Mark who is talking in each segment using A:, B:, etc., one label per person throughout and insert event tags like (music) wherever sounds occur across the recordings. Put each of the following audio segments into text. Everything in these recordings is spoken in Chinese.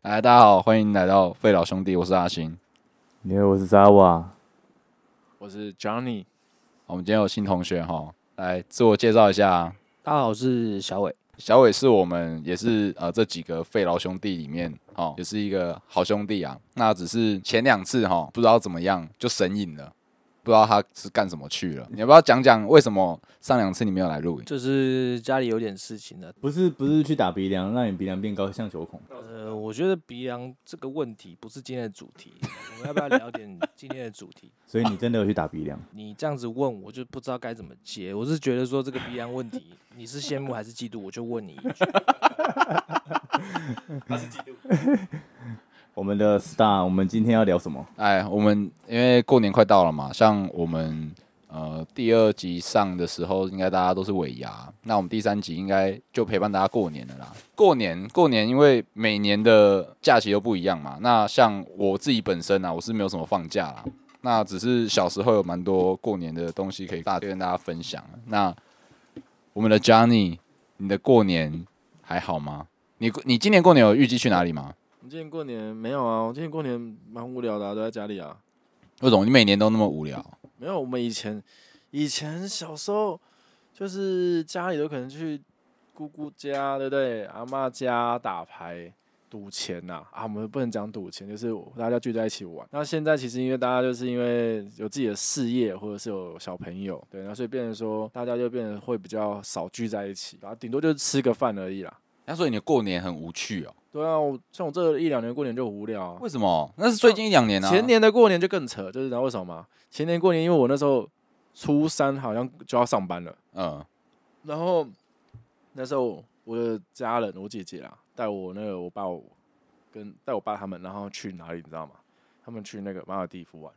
A: 大家好，欢迎来到费老兄弟，我是阿星，
B: 因为我是扎瓦，
C: 我是 Johnny，
A: 我们今天有新同学哈，来自我介绍一下。
D: 大家好，我是小伟。
A: 小伟是我们也是呃这几个费劳兄弟里面哦，也是一个好兄弟啊。那只是前两次哈、不知道怎么样就神隐了，不知道他是干什么去了。你要不要讲讲为什么上两次你没有来录影？
D: 就是家里有点事情的，
B: 不是不是去打鼻梁，让你鼻梁变高像球孔。
D: 呃，我觉得鼻梁这个问题不是今天的主题，我们要不要聊
C: (laughs)
D: 点今天的主题？
B: 所以你真的有去打鼻梁？
D: 你这样子问我就不知道该怎么接。我是觉得说这个鼻梁问题，你是羡慕还是嫉妒？我就问你一句，
B: 我们的 star，我们今天要聊什么？
A: 哎，我们因为过年快到了嘛，像我们呃第二集上的时候，应该大家都是尾牙，那我们第三集应该就陪伴大家过年了啦。过年过年，因为每年的假期都不一样嘛，那像我自己本身啊，我是没有什么放假啦，那只是小时候有蛮多过年的东西可以大跟大家分享。那我们的 Johnny，你的过年还好吗？你你今年过年有预计去哪里吗？
C: 我今年过年没有啊？我今年过年蛮无聊的、啊，都在家里啊。
A: 为什么你每年都那么无聊？
C: 没有，我们以前以前小时候就是家里都可能去姑姑家，对不对？阿嬷家打牌。赌钱呐、啊，我们不能讲赌钱，就是大家聚在一起玩。那现在其实因为大家就是因为有自己的事业，或者是有小朋友，对，那所以变成说大家就变得会比较少聚在一起，然啊后顶多就是吃个饭而已啦。
A: 那所以你的过年很无趣哦。
C: 对啊，我像我这一两年过年就很无聊、啊，
A: 为什么？那是最近一两年啊。
C: 前年的过年就更扯，就是你知道为什么吗？前年过年，因为我那时候初三好像就要上班了，
A: 嗯，
C: 然后那时候我的家人，我姐姐啦，带我那个我爸我跟带我爸他们，然后去哪里你知道吗？他们去那个马尔地夫玩，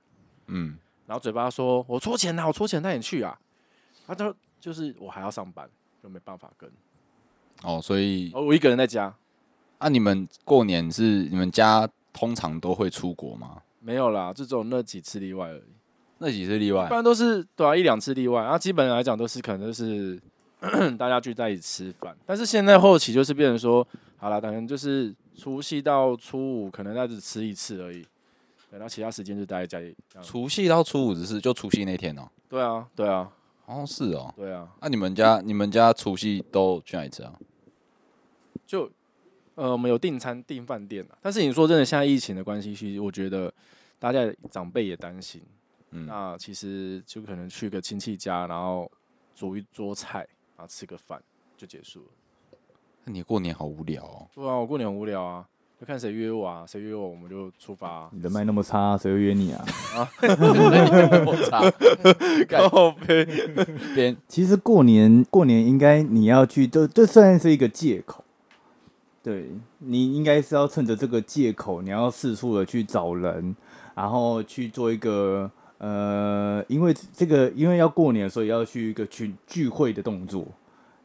A: 嗯
C: 然后嘴巴说我出钱啦，我出钱带你去啊，他就就是我还要上班，就没办法跟，
A: 哦，所以
C: 哦，我一个人在家，
A: 啊，你们过年是你们家通常都会出国吗？
C: 没有啦，就只有那几次例外而已。
A: 那几次例
C: 一
A: 外，
C: 般都是对啊一两次例外，然后基本来讲都是可能就是 (clears throat) 大家聚在一起吃饭，但是现在后期就是变成说，好了，可能就是除夕到初五可能那只吃一次而已，对然后其他时间就待在家里。这样
A: 除夕到初五只是就除夕那天哦。
C: 对啊，对啊，
A: 哦，是哦。
C: 对啊，
A: 那、你们家你们家除夕都去哪里吃啊？
C: 就呃我们有订餐订饭店啊，但是你说真的，现在疫情的关系，其实我觉得大家长辈也担心，
A: 嗯
C: 那其实就可能去个亲戚家，然后煮一桌菜，然后吃个饭就结束了。
A: 那你过年好无聊
C: (laughs)
A: 哦。
C: 对啊，我过年很无聊啊，就看谁约我啊，谁约我我们就出发、啊。
B: 你人脉那么差，谁会约你啊？
A: 我操！干
C: 靠背，
A: 别人
B: 其实过年过年应该你要去，就这虽然是一个借口，对你应该是要趁着这个借口，你要四处的去找人，然后去做一个呃，因为这个因为要过年，所以要去一个去聚会的动作，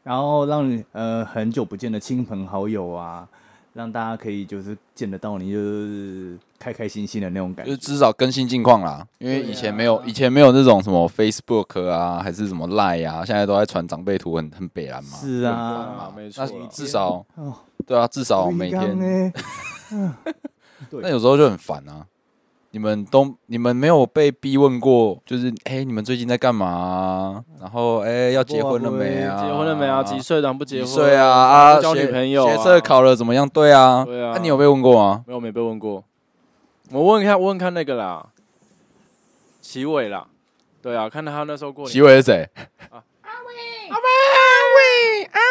B: 然后让你呃很久不见的亲朋好友啊，让大家可以就是见得到你，就是开开心心的那种感
A: 就是
B: 觉。
A: 至少更新近况啦，因为以前没有、
C: 对啊
A: 以前没有那种什么 Facebook 啊，还是什么 Line 啊，现在都在传长辈图很，很北蓝嘛。
B: 是啊，
C: 啊，没错
A: 那
C: 啦。
A: 至少
B: 哦，
A: 对啊，至少每
B: 不一
A: 天
B: 样
A: (laughs)
B: 欸
A: 那有时候就很烦啊。你们都你们没有被逼问过，就是哎、诶你们最近在干嘛啊、然后哎、诶要结婚了没啊？
C: 结婚了没啊？几岁了？不结
A: 几
C: 婚？
A: 岁啊？啊，
C: 不交女
A: 学
C: 朋友、啊？
A: 学测考了怎么样？对啊，
C: 对啊
A: 那、你有被问过吗？
C: 没有没被问过。我问一下，我问看那个啦，齐伟啦，对啊，看到他那时候过年，啊
A: 席伟是谁？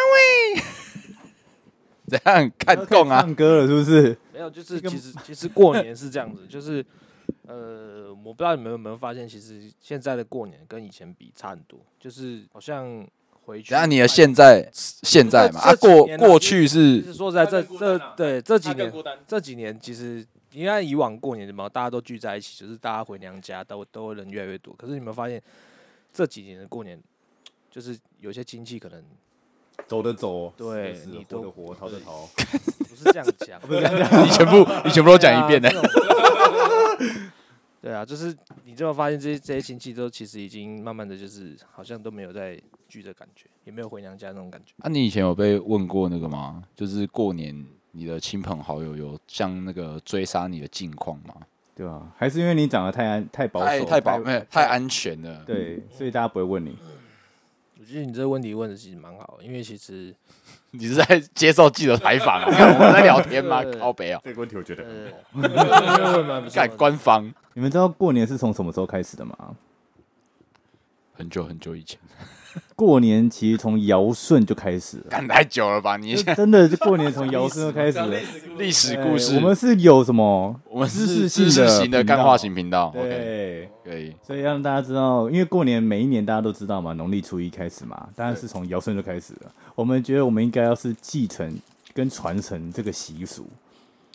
A: 阿伟，阿伟，阿伟，阿 (laughs) 伟，怎样看
B: 够
A: 供啊？
B: 唱歌了是不是？
D: 没有，就
B: 一
D: 是
B: 个
D: 其实其实过年是这样子，就是呃，我不知道你们有没有发现，其实现在的过年跟以前比差很多，就是好像回去
A: 然
D: 拜
A: 后
D: 年。
A: 你的现在现在嘛，啊
D: 这这
A: 过
D: 几年啊
A: 过去
D: 其
A: 是 (laughs)
D: 实说实在
C: 他
D: 这
C: 更孤
D: 这
C: 单啊
D: 对这
C: 他
D: 几
C: 更
D: 年
C: 孤单
D: 这几年其实你看以往过年的嘛，大家都聚在一起，就是大家回娘家都都人越来越多。可是你有没有发现这几年的过年，就是有些亲戚可能
B: 走哦的走，
D: 对
B: 死的死
D: 你
B: 活
D: 都
B: (laughs) 的活，逃的逃。
D: 不是这样讲，啊
B: 不是这样
A: 你全部你 (laughs) 全部都讲一遍的
D: 对，啊。这种 (laughs) 对啊，就是你这么发现这些这些亲戚都其实已经慢慢的就是好像都没有在聚的感觉，也没有回娘家那种感觉。
A: 啊，你以前有被问过那个吗？就是过年你的亲朋好友有像那个追杀你的近况吗？
B: 对吧、还是因为你长得太安太保
A: 太
B: 守，
A: 太保哎没有太安全了。
B: 对，所以大家不会问你。
D: 我觉得你这个问题问的其实蛮好，因为其实
A: 你是在接受记者采访啊？我们在聊天吗？
D: 对
A: 靠北啊，
B: 这个问题我觉得
D: 呃，这个问蛮不错
A: 干
D: 的
A: 官方。
B: 你们知道过年是从什么时候开始的吗？
A: 很久很久以前，
B: 过年其实从尧舜就开始了，
A: 干太久了吧？你
B: 就真的是过年从尧舜就开始了。
A: 历史
B: 哎
A: 故事，
B: 我们是有什么？
A: 我们是
B: 知识性的
A: 知识型的
B: 频道
A: 干化型频道，OK，
B: 对
A: 可以。
B: 所以让大家知道，因为过年每一年大家都知道嘛，农历初一开始嘛，当然是从尧舜就开始了。我们觉得我们应该要是继承跟传承这个习俗，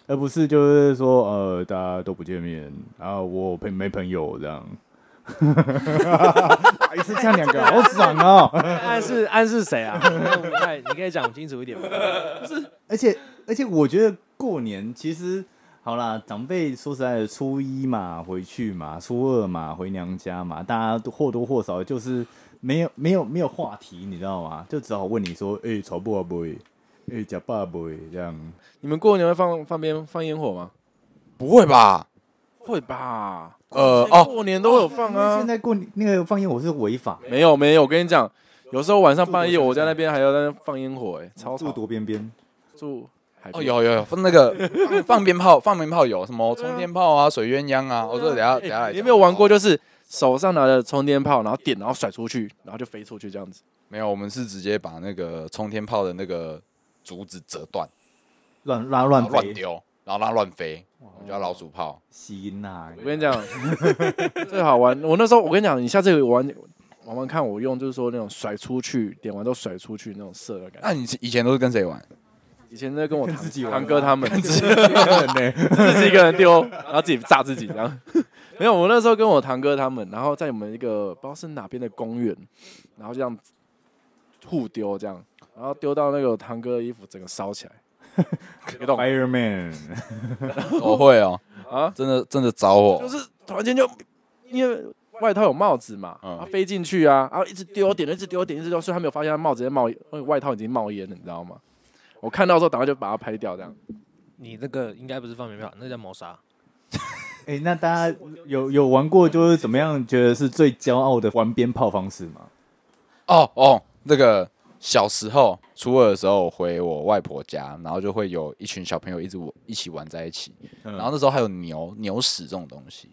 B: 而不是就是说呃大家都不见面，然后我朋没朋友这样。 (laughs) 啊一次呛两个，好爽哦！
D: 暗示暗示谁啊？ (laughs) 我不太，你可以讲清楚一点吗？
B: 而且而且，我觉得过年其实好啦，长辈说实在的，初一嘛回去嘛，初二嘛回娘家嘛，大家都或多或少就是没有没有没有话题，你知道吗？就只好问你说，哎、吵不啊不？哎、假爸不？这样
C: 你们过年会放放鞭放烟火吗？
A: 不会吧？
C: 会吧？
A: 呃
C: 现在
A: 哦
C: 过年都有放啊
B: 现。在过年那个放烟火是违法，
C: 没有没有，我跟你讲，有时候晚上半夜我在那边还要在那放烟火，哎，超
B: 住
C: 吵
B: 多边边，
C: 住海
A: 哦，
C: 边。
A: 有有有，放那个放放鞭炮，放鞭炮有什么冲天炮啊、水鸳鸯啊？我这等一下等一下来
C: 哎
A: 讲。
C: 你有没有玩过？就是手上拿着充电炮，然后点，然后甩出去，然后就飞出去这样子。
A: 没有，我们是直接把那个冲天炮的那个竹子折断，
B: 乱乱
A: 然
B: 乱
A: 后乱
B: 飞，
A: 丢，然后让它乱飞，我们叫老鼠炮。
B: 吸啊呐、
C: 我跟你讲，
A: (laughs)
C: 最好玩。我那时候，我跟你讲，你下次玩玩玩看，我用就是说那种甩出去，点完都甩出去那种射的感觉。
A: 那啊你以前都是跟谁玩？
C: 以前在跟我堂
B: 自己玩
C: 堂哥他们，自 (laughs) 己
B: 人呢？
C: 自己一个人丢，然后自己炸自己这样。 (laughs) 没有，我那时候跟我堂哥他们，然后在我们一个不知道是哪边的公园，然后就这样互丢这样，然后丢到那个我堂哥的衣服，整个烧起来，一个洞
B: Fireman， (laughs)
A: 我会哦，
C: 啊，
A: 真的真的着火，
C: 就是突然间就因为外套有帽子嘛，
A: 嗯
C: 它、飞进去啊，然后一直丢点，一直丢点，一直丢，所以他没有发现他帽子在冒，那个外套已经冒烟了，你知道吗？我看到之后，赶快就把它拍掉，这样。
D: 你那个应该不是放鞭炮，那叫谋杀。
B: 哎、那大家有有玩过就是怎么样觉得是最骄傲的玩鞭炮方式吗？
A: 哦哦，那个小时候初二的时候回我外婆家，然后就会有一群小朋友一直我一起玩在一起，
B: 嗯
A: 然后那时候还有牛牛屎这种东西，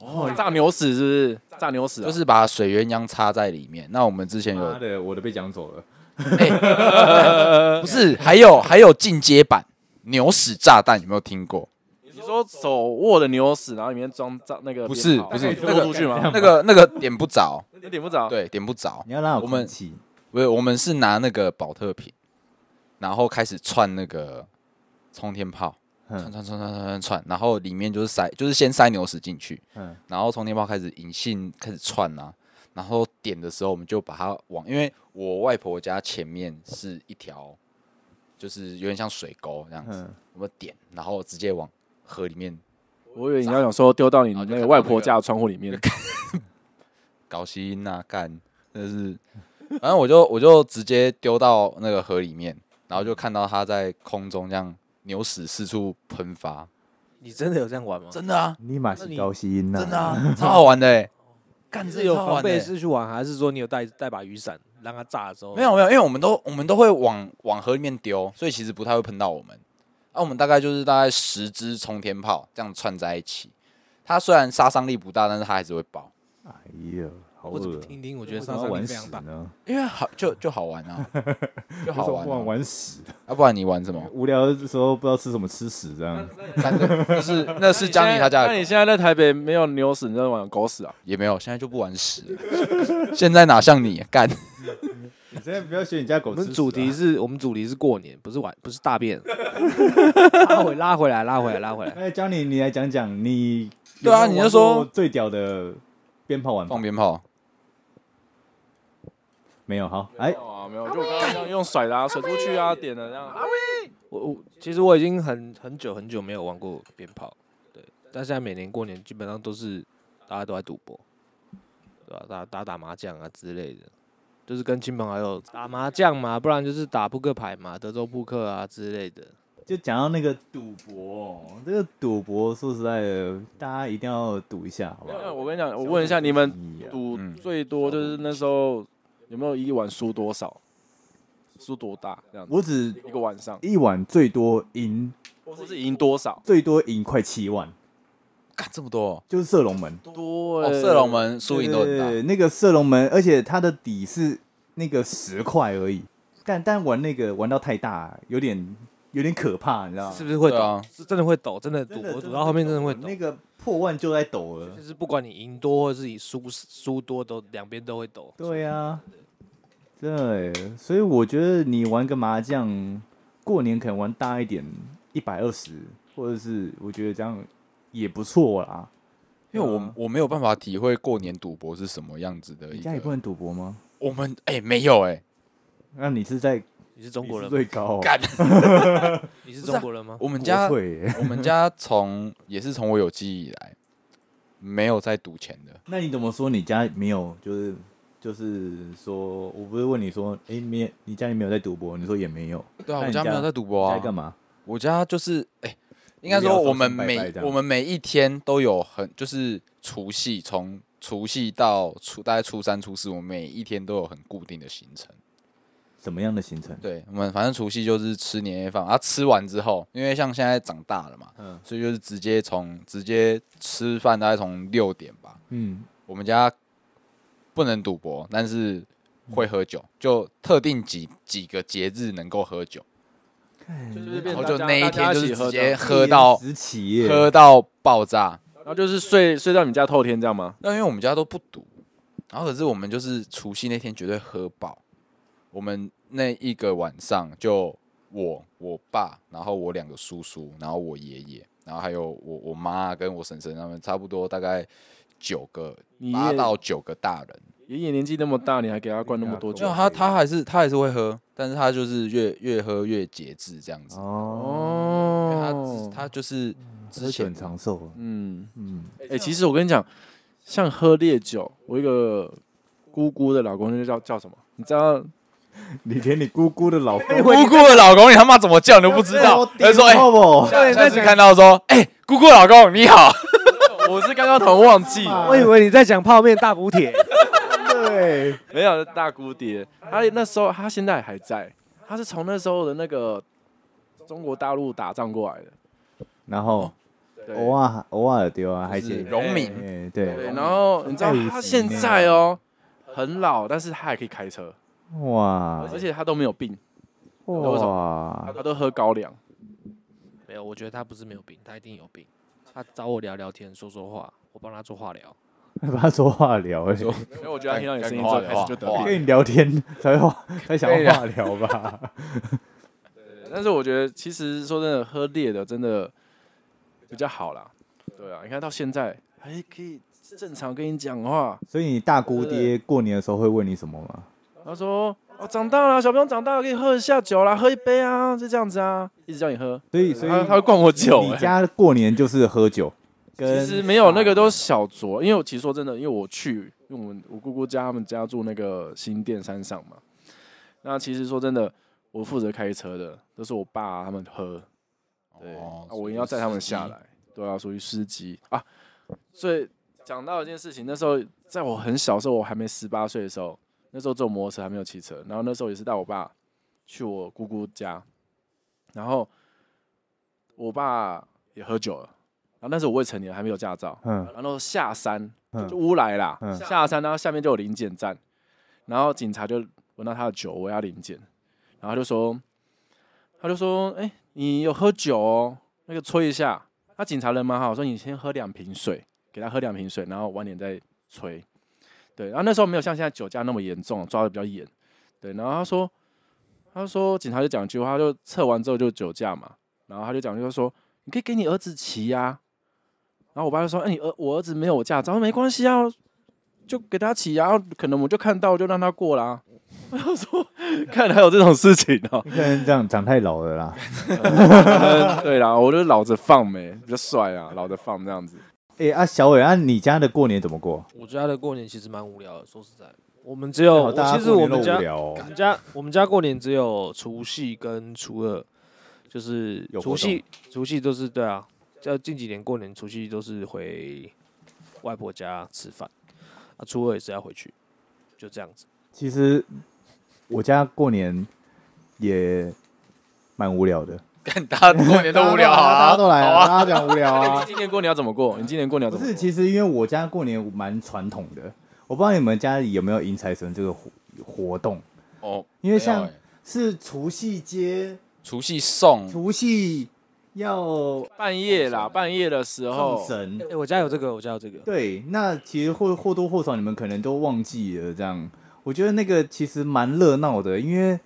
C: 哦，炸牛屎是不是？炸牛屎、啊，
A: 就是把水鸳鸯插在里面。那我们之前有
B: 妈的，我的被讲走了。
A: 不是还有还有进阶版牛屎炸弹，有没有听过？
C: 你说手握的牛屎，然后里面装炸那个
A: 不是
C: 鞭炮
A: 不是
C: 丢出去吗？
A: 那个那个点不着，
C: 那点不着，
A: 对，点不着
B: 你。要让
A: 我们
B: 气，
A: 不是，我们是拿那个保特瓶，然后开始串那个冲天炮，
B: 嗯
A: 串串串串串串串，然后里面就是塞，就是先塞牛屎进去，
B: 嗯
A: 然后冲天炮开始引信开始串啊，然后点的时候我们就把它往，因为我外婆家前面是一条，就是有点像水沟这样子，
B: 嗯，
A: 我们点，然后直接往河里面
C: 我以为你要想说丢到你
A: 然后就
C: 那
A: 看
C: 个
A: 到
C: 外
A: 那
C: 婆
A: 个
C: 家的窗户里面，
A: 搞吸音啊，干，真的是，反正我就我就直接丢到那个河里面，然后就看到它在空中这样牛屎四处喷发，
D: 你真的有这样玩吗？
A: 真的啊，
B: 尼玛
D: 那
B: 是
D: 你
B: 高吸音呐，
A: 真的啊，超好玩的、欸， (laughs) 干
D: 你
A: 这
D: 是有
A: 超好
D: 防
A: 玩的
D: 备
A: 欸、
D: 是去玩，还是说你有带带把雨伞，让它炸的时候？
A: 没有没有，因为我们都我们都会往往河里面丢，所以其实不太会喷到我们。啊，我们大概就是大概十支冲天炮这样串在一起，它虽然杀伤力不大，但是它还是会爆，
B: 哎呀，好
D: 我怎么
B: 恶。
D: 听听，我觉得
B: 想
D: 杀伤力
B: 玩
D: 非常
B: 屎
D: 大。
B: 呢？
A: 因为好就就好玩 (laughs) 啊，就
B: 为什
A: 好
B: 么
A: 玩
B: 不玩
A: 啊、
B: 玩屎？
A: 啊，不然你玩什么？
B: 无聊的时候不知道吃什么，吃屎这样。
A: 但
B: (laughs)
A: 是就是那是 (laughs) 江里他家
C: 那
A: 的
C: 你
A: 狗
C: 现在在台北没有牛屎，你在玩狗屎啊？
A: 也没有，现在就不玩屎了， (laughs) 现在哪像你干？
B: 你现在不要学你家
D: 我
B: 狗吃
D: 们
B: 屎啊。
D: 主题是我们主题是过年，不是玩，不是大 (laughs) 便。拉回拉回来，拉回来，拉回来。
B: 哎，教你，你来讲讲你。
A: 对啊
B: 有没有
A: 你就说
B: 玩过最屌的鞭炮玩法
A: 放鞭炮，
B: 没有？好，哎，
C: 哦，没有，就我刚刚这样用甩的啊，甩出去啊，点的这样。
D: 我我其实我已经很很久很久没有玩过鞭炮，对，但现在每年过年基本上都是大家都在赌博，对吧、打打打麻将啊之类的，就是跟亲朋好友打麻将嘛，不然就是打扑克牌嘛，德州扑克啊之类的。
B: 就讲到那个赌博、哦，这个赌博说实在的，大家一定要赌一下，好不
C: 那
B: 好？
C: 我跟你讲，我问一下，你们
B: 一啊
C: 赌
A: 嗯
C: 最多就是那时候有没有一晚输多少，输多大这样子？
B: 我只
C: 一个晚上，
B: 一晚最多赢，
C: 或是赢多少？
B: 最多赢快七万，
A: 干这么多
B: 就是射龙门，
C: 多
A: 哦，
C: 欸
A: 射龙门输赢都很大
B: 对，那个射龙门，而且它的底是那个十块而已，但但玩那个玩到太大，有点有点可怕，你知道吗
D: 是？不是会
A: 对啊
D: 抖？是真的会抖，真的赌
B: 真的
D: 博
B: 真
D: 赌
B: 的
D: 到后面真的会
B: 抖
D: 抖
B: 那。个破万就在抖了
D: 就。是不管你赢多或是你输输多，都两边都会抖。
B: 对呀、对，所以我觉得你玩个麻将，过年可能玩大一点，一百二十，或者是我觉得这样也不错啦。
A: 因为
B: 对
A: 我
B: 啊
A: 我没有办法体会过年赌博是什么样子的
B: 你
A: 一
B: 家里不
A: 个。
B: 能赌博吗？
A: 我们哎、没有哎、
B: 那你是在
D: 你是中国
B: 你
D: 人
B: 是
D: 吗？
B: 最高、哦，
A: 干
D: 你是啊中国人吗？
A: 我们
B: 国
A: 家
B: 粹耶
A: 我们家从也是从我有记忆以来，没有在赌钱的。
B: 那你怎么说你家没有？就是就是说，我不是问你说，哎、没有，你家里没有在赌博？你说也没有，
A: 对啊，
B: 那
A: 我
B: 你
A: 家没
B: 家
A: 有在赌博
B: 你
A: 啊。
B: 在干嘛？
A: 我家就是哎、应
B: 无
A: 该
B: 聊
A: 说我
B: 烧
A: 们
B: 香拜拜
A: 每
B: 这样
A: 我们每一天都有很就是除夕从除夕到初大概初三初四，我们每一天都有很固定的行程。
B: 什么样的行程？
A: 对，我们反正除夕就是吃年夜饭，啊，吃完之后，因为像现在长大了嘛，
B: 嗯
A: 所以就是直接从直接吃饭，大概从六点吧。
B: 嗯，
A: 我们家不能赌博，但是会喝酒，就特定几几个节日能够喝酒，
B: 看
C: 就是
A: 然
C: 变成
A: 后
C: 大
A: 就
C: 家
A: 那一
C: 大家
A: 天就是
C: 起
A: 直
C: 喝的
A: 接
C: 啊
A: 喝到
B: 十期耶，
A: 喝到爆炸。
C: 然后就是睡睡到你家透天这样吗？
A: 那因为我们家都不赌，然后可是我们就是除夕那天绝对喝爆。我们那一个晚上就我、我爸，然后我两个叔叔，然后我爷爷，然后还有我我妈跟我婶婶他们，差不多大概九个
C: 你
A: 八
C: 爷
A: 到九个大人。
C: 爷爷年纪那么大，你还给他灌那么多酒
A: 就？他他还是他还是会喝，但是他就是越越喝越节制这样子。
B: 哦，
A: 因为他之
C: 哦，
A: 嗯他就是之
B: 之前
A: 前
B: 很长寿啊。
C: 嗯，
B: 嗯，
C: 哎、其实我跟你讲，像喝烈酒，我一个姑姑的老公那叫叫什么？你知道？
B: 你连你姑姑的老公
A: (laughs) 姑姑的老公，你他妈怎么叫你都不知道？他就说哎，
B: 不？
A: 下下次看到说哎，姑姑的老公你好，
C: 我是刚刚突然忘记，
D: 我以为你在讲泡面大补铁，
B: 对，
C: 没有大姑爹，他那时候他现在还在，他是从那时候的那个中国大陆打仗过来的。
B: 然后
C: 对
B: 偶尔偶尔丢啊，还
A: 就是
B: 是
A: 荣民，
B: 哎
C: 对，
B: 对，
C: 然后你知道
B: 太
C: 他
B: 极
C: 现
B: 妹
C: 在哦、很老，但是他还可以开车，
B: 哇
C: 而且他都没有病，为什
B: 哇， (laughs)
C: 他都喝高粱。
D: 没有，我觉得他不是没有病，他一定有病。他找我聊聊天，说说话，我帮他做化疗。
B: 还把他说话聊哎，
A: 说
C: 因为我觉得他听到你声音之
A: 干
C: 后
A: 话
C: 开始就得
A: 干话
C: 病，
B: 跟你聊天才
A: (laughs)
B: 话才想要话聊吧？
C: 但是我觉得其实说真的，喝烈的真的比较好啦。对啊，你看到现在还可以正常跟你讲话，
B: 所以你大姑爹过年的时候会问你什么吗？
C: 他说：“哦，长大了，小朋友长大了，可以喝一下酒啦，喝一杯啊，就这样子啊，一直叫你喝。
B: 所以所以
C: 他他会灌我酒、
B: 你
C: 欸，
B: 家过年就是喝酒，
C: 其
B: 跟
C: 实没有那个都是小酌，因为我其实说真的，因为我去，因为我们我姑姑家他们家住那个新店山上嘛，那其实说真的，我负责开车的，都是我爸、他们喝，对，
A: 哦
C: 啊我一定要载他们下
A: (laughs)
C: 来，对啊，属于司机啊。所以讲到一件事情，那时候在我很小的时候，我还没十八岁的时候，那时候坐摩托车还没有骑车，然后那时候也是带我爸去我姑姑家，然后我爸也喝酒了，然后那时候我未成年还没有驾照，
B: 嗯
C: 然后下山
B: 嗯
C: 就乌来啦，
B: 嗯
C: 下山然后下面就有临检站，然后警察就闻到他的酒味要临检，然后他就说，他就说，哎、你有喝酒哦，那个吹一下。那警察人蛮好，说你先喝两瓶水，给他喝两瓶水，然后晚点再吹。对，然后那时候没有像现在酒驾那么严重，抓的比较严。对，然后他说，他说警察就讲一句话，他就测完之后就酒驾嘛，然后他就讲就说，你可以给你儿子骑呀、然后我爸就说，哎、你儿我儿子没有驾照，没关系啊，就给他骑、啊，然后可能我就看到就让他过啦。我就说，看来有这种事情哦、
B: 你可能这样长太老了啦。
C: 嗯对啦，我就是老着放呗，比较帅啊，老着放这样子。
B: 哎啊，小伟啊，你家的过年怎么过？
D: 我家的过年其实蛮无聊的，说实在，我们只有
B: 好大
D: 哦我
B: 家
D: 其实
B: 过
D: 我
B: 年
D: 们
B: 都
D: 家
B: 无聊哦
D: 我们家我们家过年只有除夕跟初二，就是
B: 有活
D: 除夕，除夕都是对啊，这近几年过年除夕都是回外婆家吃饭，啊，初二也是要回去，就这样子。
B: 其实我家过年也蛮无聊的，
A: 看大家过年都无聊好
B: (laughs) 大家
A: 啊，
B: 都来
A: 好
B: 了，
A: 啊，
B: 大家讲无聊啊
C: (laughs) 你。今年过年要怎么过？你今年过年要
B: 不
C: 怎么
B: 是，
C: 过？
B: 其实因为我家过年蛮传统的，我不知道你们家里有没有迎财神这个活活动，
A: 哦，
B: 因
A: 没
B: 为
A: 有
B: 像
A: 欸
B: 是除夕接
A: 除夕送
B: 除夕要
C: 半夜啦，半夜的时候
B: 送，神，
D: 哎、我家有这个，我家有这个，
B: 对，那其实或或多或少你们可能都忘记了这样。我觉得那个其实蛮热闹的，因为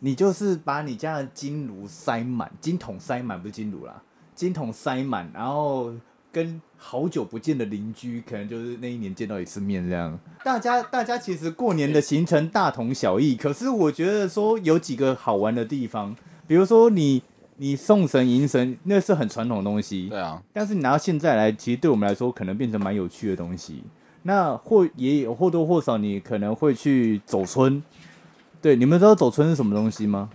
B: 你就是把你家的金炉塞满，金桶塞满不是金炉啦，金桶塞满，然后跟好久不见的邻居，可能就是那一年见到一次面这样。大家大家其实过年的行程大同小异，可是我觉得说有几个好玩的地方，比如说你你送神迎神，那是很传统的东西，
A: 对啊，
B: 但是你拿到现在来，其实对我们来说可能变成蛮有趣的东西。那或也有或多或少，你可能会去走村。对，你们知道走村是什么东西吗？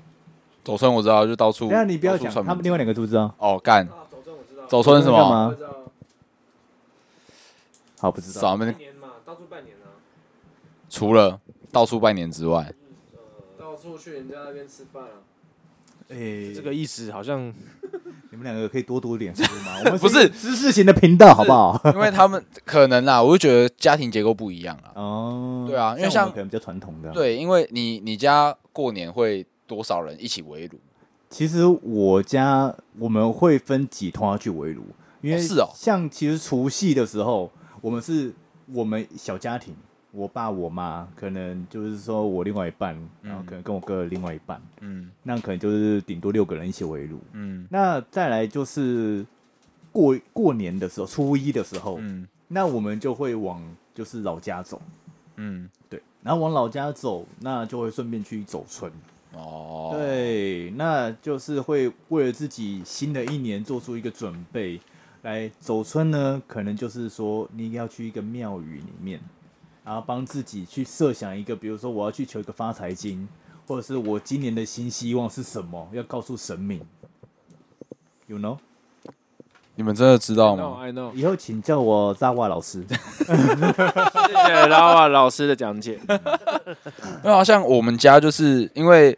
A: 走村我知道，就到处。
B: 等一下你不要
A: 到处
B: 讲，
A: 串
B: 他们
A: 门
B: 另外两个知不知道？
A: 哦干，
D: 啊
A: 走村是什
B: 干
A: 么？
B: 嘛？好，不知道。
A: 咱们
D: 年嘛，到处拜年啊，
A: 除了到处拜年之
B: (laughs)
A: 外，
C: 到处去人家那边吃饭啊。
B: 诶，
D: 这个意思好像
B: 哎你们两个可以多读点书吗？
A: (laughs)
B: 我们
A: 不是
B: 一个知识型的频道，好不好？
A: 因为他们可能啦，我就觉得家庭结构不一样啦。
B: (laughs) 哦，
A: 对啊因为
B: 像
A: 像
B: 我们可能比较传统的。，
A: 对，因为你你家过年会多少人一起围炉？
B: 其实我家我们会分几团去围炉，因为
A: 哦是哦
B: 像其实除夕的时候，我们是我们小家庭，我爸我妈，可能就是说我另外一半，然后可能跟我哥另外一半，
A: 嗯
B: 那可能就是顶多六个人一起围炉。
A: 嗯
B: 那再来就是过过年的时候，初一的时候，
A: 嗯
B: 那我们就会往就是老家走，
A: 嗯，
B: 对，然后往老家走，那就会顺便去走村。
A: 哦，，
B: 对，那就是会为了自己新的一年做出一个准备。来走村呢，可能就是说你要去一个庙宇里面，然后帮自己去设想一个，比如说我要去求一个发财金，或者是我今年的新希望是什么，要告诉神明。You know，
A: 你们真的知道
C: n o
A: 吗？
C: I know。
B: 以后请叫我扎瓦老师。
C: 谢谢拉瓦老师的讲解。
A: 因为好啊像我们家就是因为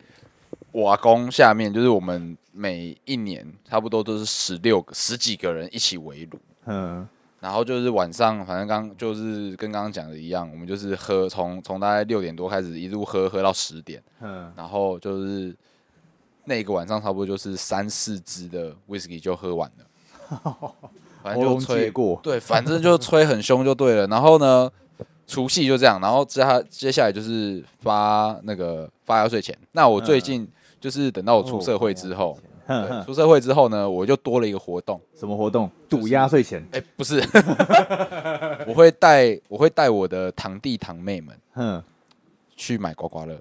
A: 我阿公下面就是我们每一年差不多都是十六个十几个人一起围炉，
B: 嗯，
A: 然后就是晚上，反正刚就是跟刚刚讲的一样，我们就是喝，从从大概六点多开始一路喝喝到十点，
B: 嗯，
A: 然后就是那个晚上差不多就是三四支的 whisky 就喝完了，反正
B: 喉
A: 就
B: 咙
A: 吹
B: 借过，
A: 对，反正就吹很凶就对了。然后呢，除夕就这样，然后接下接下来就是发那个发压岁钱。那我
D: 嗯
A: 最近就是等到我出社会之
D: 哦
A: 后，
B: 哼
A: 对
B: 哼，
A: 出社会之后呢，我就多了一个活动。
B: 什么活动？赌压岁钱。
A: 哎、不是， (laughs) 我会带我会带我的堂弟堂妹们
B: 哼，
A: 去买刮刮乐，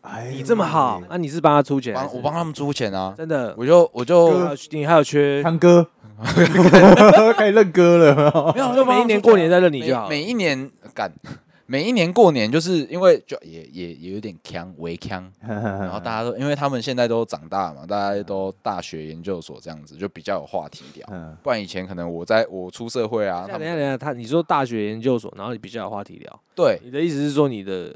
B: 哎，
D: 你这么好，那、你是帮他出钱还
A: 帮
D: 是？
A: 我帮他们出钱啊，
D: 真的，
A: 我就我就
D: 还有你还有缺，
B: 汤哥，开始认歌了。
A: (laughs) 没有
D: 每一年过年再认你就好。
A: 啊每每一年干， (laughs) 每一年过年就是因为就也也也有点呛，微呛。然
B: 然
A: 后大家都，因为他们现在都长大嘛，大家都大学研究所这样子，就比较有话题聊。
B: 嗯，
A: 不然以前可能我在我出社会啊，
D: 等
A: 他
D: 一下等一下
A: 们
D: 等一下，他你说大学研究所，然后你比较有话题聊，
A: 对
D: 你的意思是说你的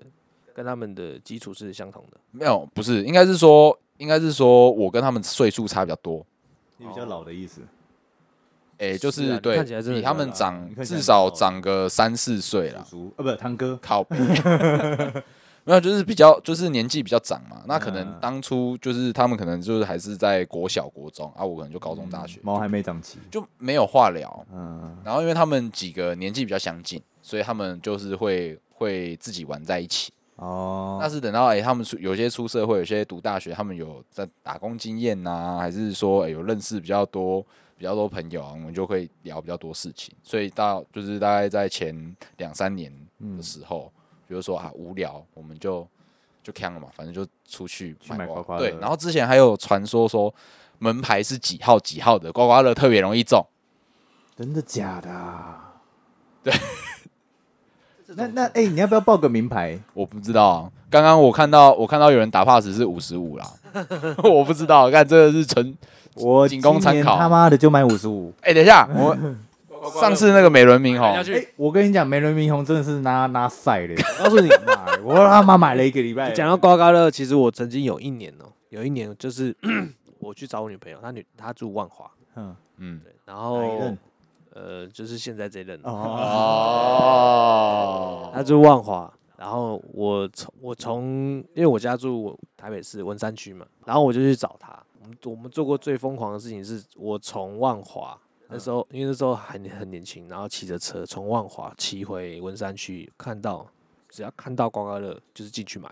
D: 跟他们的基础是相同的？
A: 没有不是，应该是说应该是说我跟他们岁数差比较多，
B: 你比较老的意思。
A: 哎，就是
D: 啊
A: 是
D: 你
A: 对
D: 看起来真，的
A: 比他
D: 比
A: 们
B: 较老啊
A: 长
B: 你看起来
A: 至少
B: 很老
A: 长个三四岁啦
B: 叔，叔，呃，不，汤哥，
A: 靠背。 (laughs) 没有，就是比较，就是年纪比较长嘛。那可
B: 嗯
A: 能当初就是他们可能就是还是在国小、国中啊，我可能就高中、大学，
B: 毛还没长齐。
A: 就没有话聊。
B: 嗯，
A: 然后因为他们几个年纪比较相近，所以他们就是会会自己玩在一起。但
B: 哦，
A: 是等到哎、诶他们出有些出社会，有些读大学，他们有在打工经验呐、还是说、哎诶有认识比较多比较多朋友啊，我们就会聊比较多事情。所以到就是大概在前两三年
B: 嗯
A: 的时候，比如说啊无聊，我们就就看了嘛，反正就出去
B: 去买刮刮乐
A: 对，然后之前还有传说说门牌是几号几号的刮刮乐特别容易中。
B: 真的假的啊？ (laughs) 那那哎、你要不要报个名牌？
A: 我不知道，啊刚刚我看到我看到有人打 pass 是五十五啦， (laughs) 我不知道，看这个是纯
B: 我
A: 仅供参考
B: 今年他妈的就买五十五。
A: 哎、等一下，我上次那个美轮明宏
D: 要，去
B: 哎我跟你讲，梅伦明宏真的是拿拿赛
A: (laughs)
B: 的，我告诉你，妈的我他妈买了一个礼
A: 哎
B: 拜。
D: 讲到刮刮乐，其实我曾经有一年哦、有一年就是 (clears throat) 我去找我女朋友，她女她住万华，
B: 嗯，
A: 嗯，
D: 对，然
B: 哪一
D: 后
B: 任
D: 呃就是现在这任，
B: 哦，
A: 哦，
D: 她住万华，然后我从我从因为我家住台北市文山区嘛，然后我就去找她，我们我们做过最疯狂的事情是我从万华。那时候，因为那时候还很年轻，然后骑着车从万华骑回文山区，看到只要看到刮刮乐，就是进去买，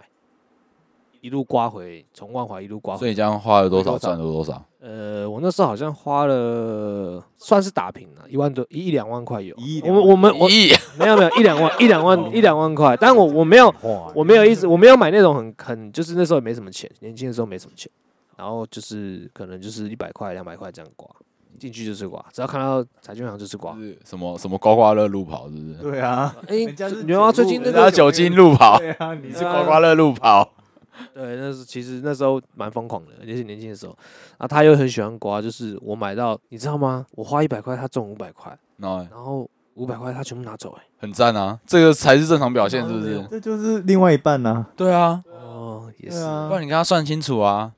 D: 一路刮回从万华一路刮回
A: 所以这样花了多少，
D: 多少
A: 赚了多少？
D: 呃，我那时候好像花了，算是打平了，一万多一一两万块有。
B: 一亿
D: 我们我们我
A: 一亿，
D: 没有没有一两万一两万一两万块，但我我没有
B: 哇，
D: 我没有一直我没有买那种很很就是那时候也没什么钱，年轻的时候没什么钱，然后就是可能就是一百块两百块这样刮进去就是刮，只要看到彩券行就是刮
A: 就。是什么什么刮刮乐路跑是不是？
B: 对啊，
A: (laughs)
D: 哎
B: 嗯人家是
D: 你要最近那
A: 人家
D: 个
A: 酒精路跑，
B: 对啊，你
A: 你
B: 是
A: 是刮刮乐路跑，
D: 对，那是其实那时候蛮疯狂的，而且年轻的时候，啊，他又很喜欢刮，就是我买到你知道吗？我花一百块，他中五百块，
A: 那
D: 然后五百块他全部拿走、哎。
A: 很赞啊，这个才是正常表现是不
D: 啊
A: 是？
B: 这就是另外一半呢、
A: 对啊，
D: 哦，也
B: 对
D: 是。
A: 不
B: 啊，
A: 然你跟他算清楚啊，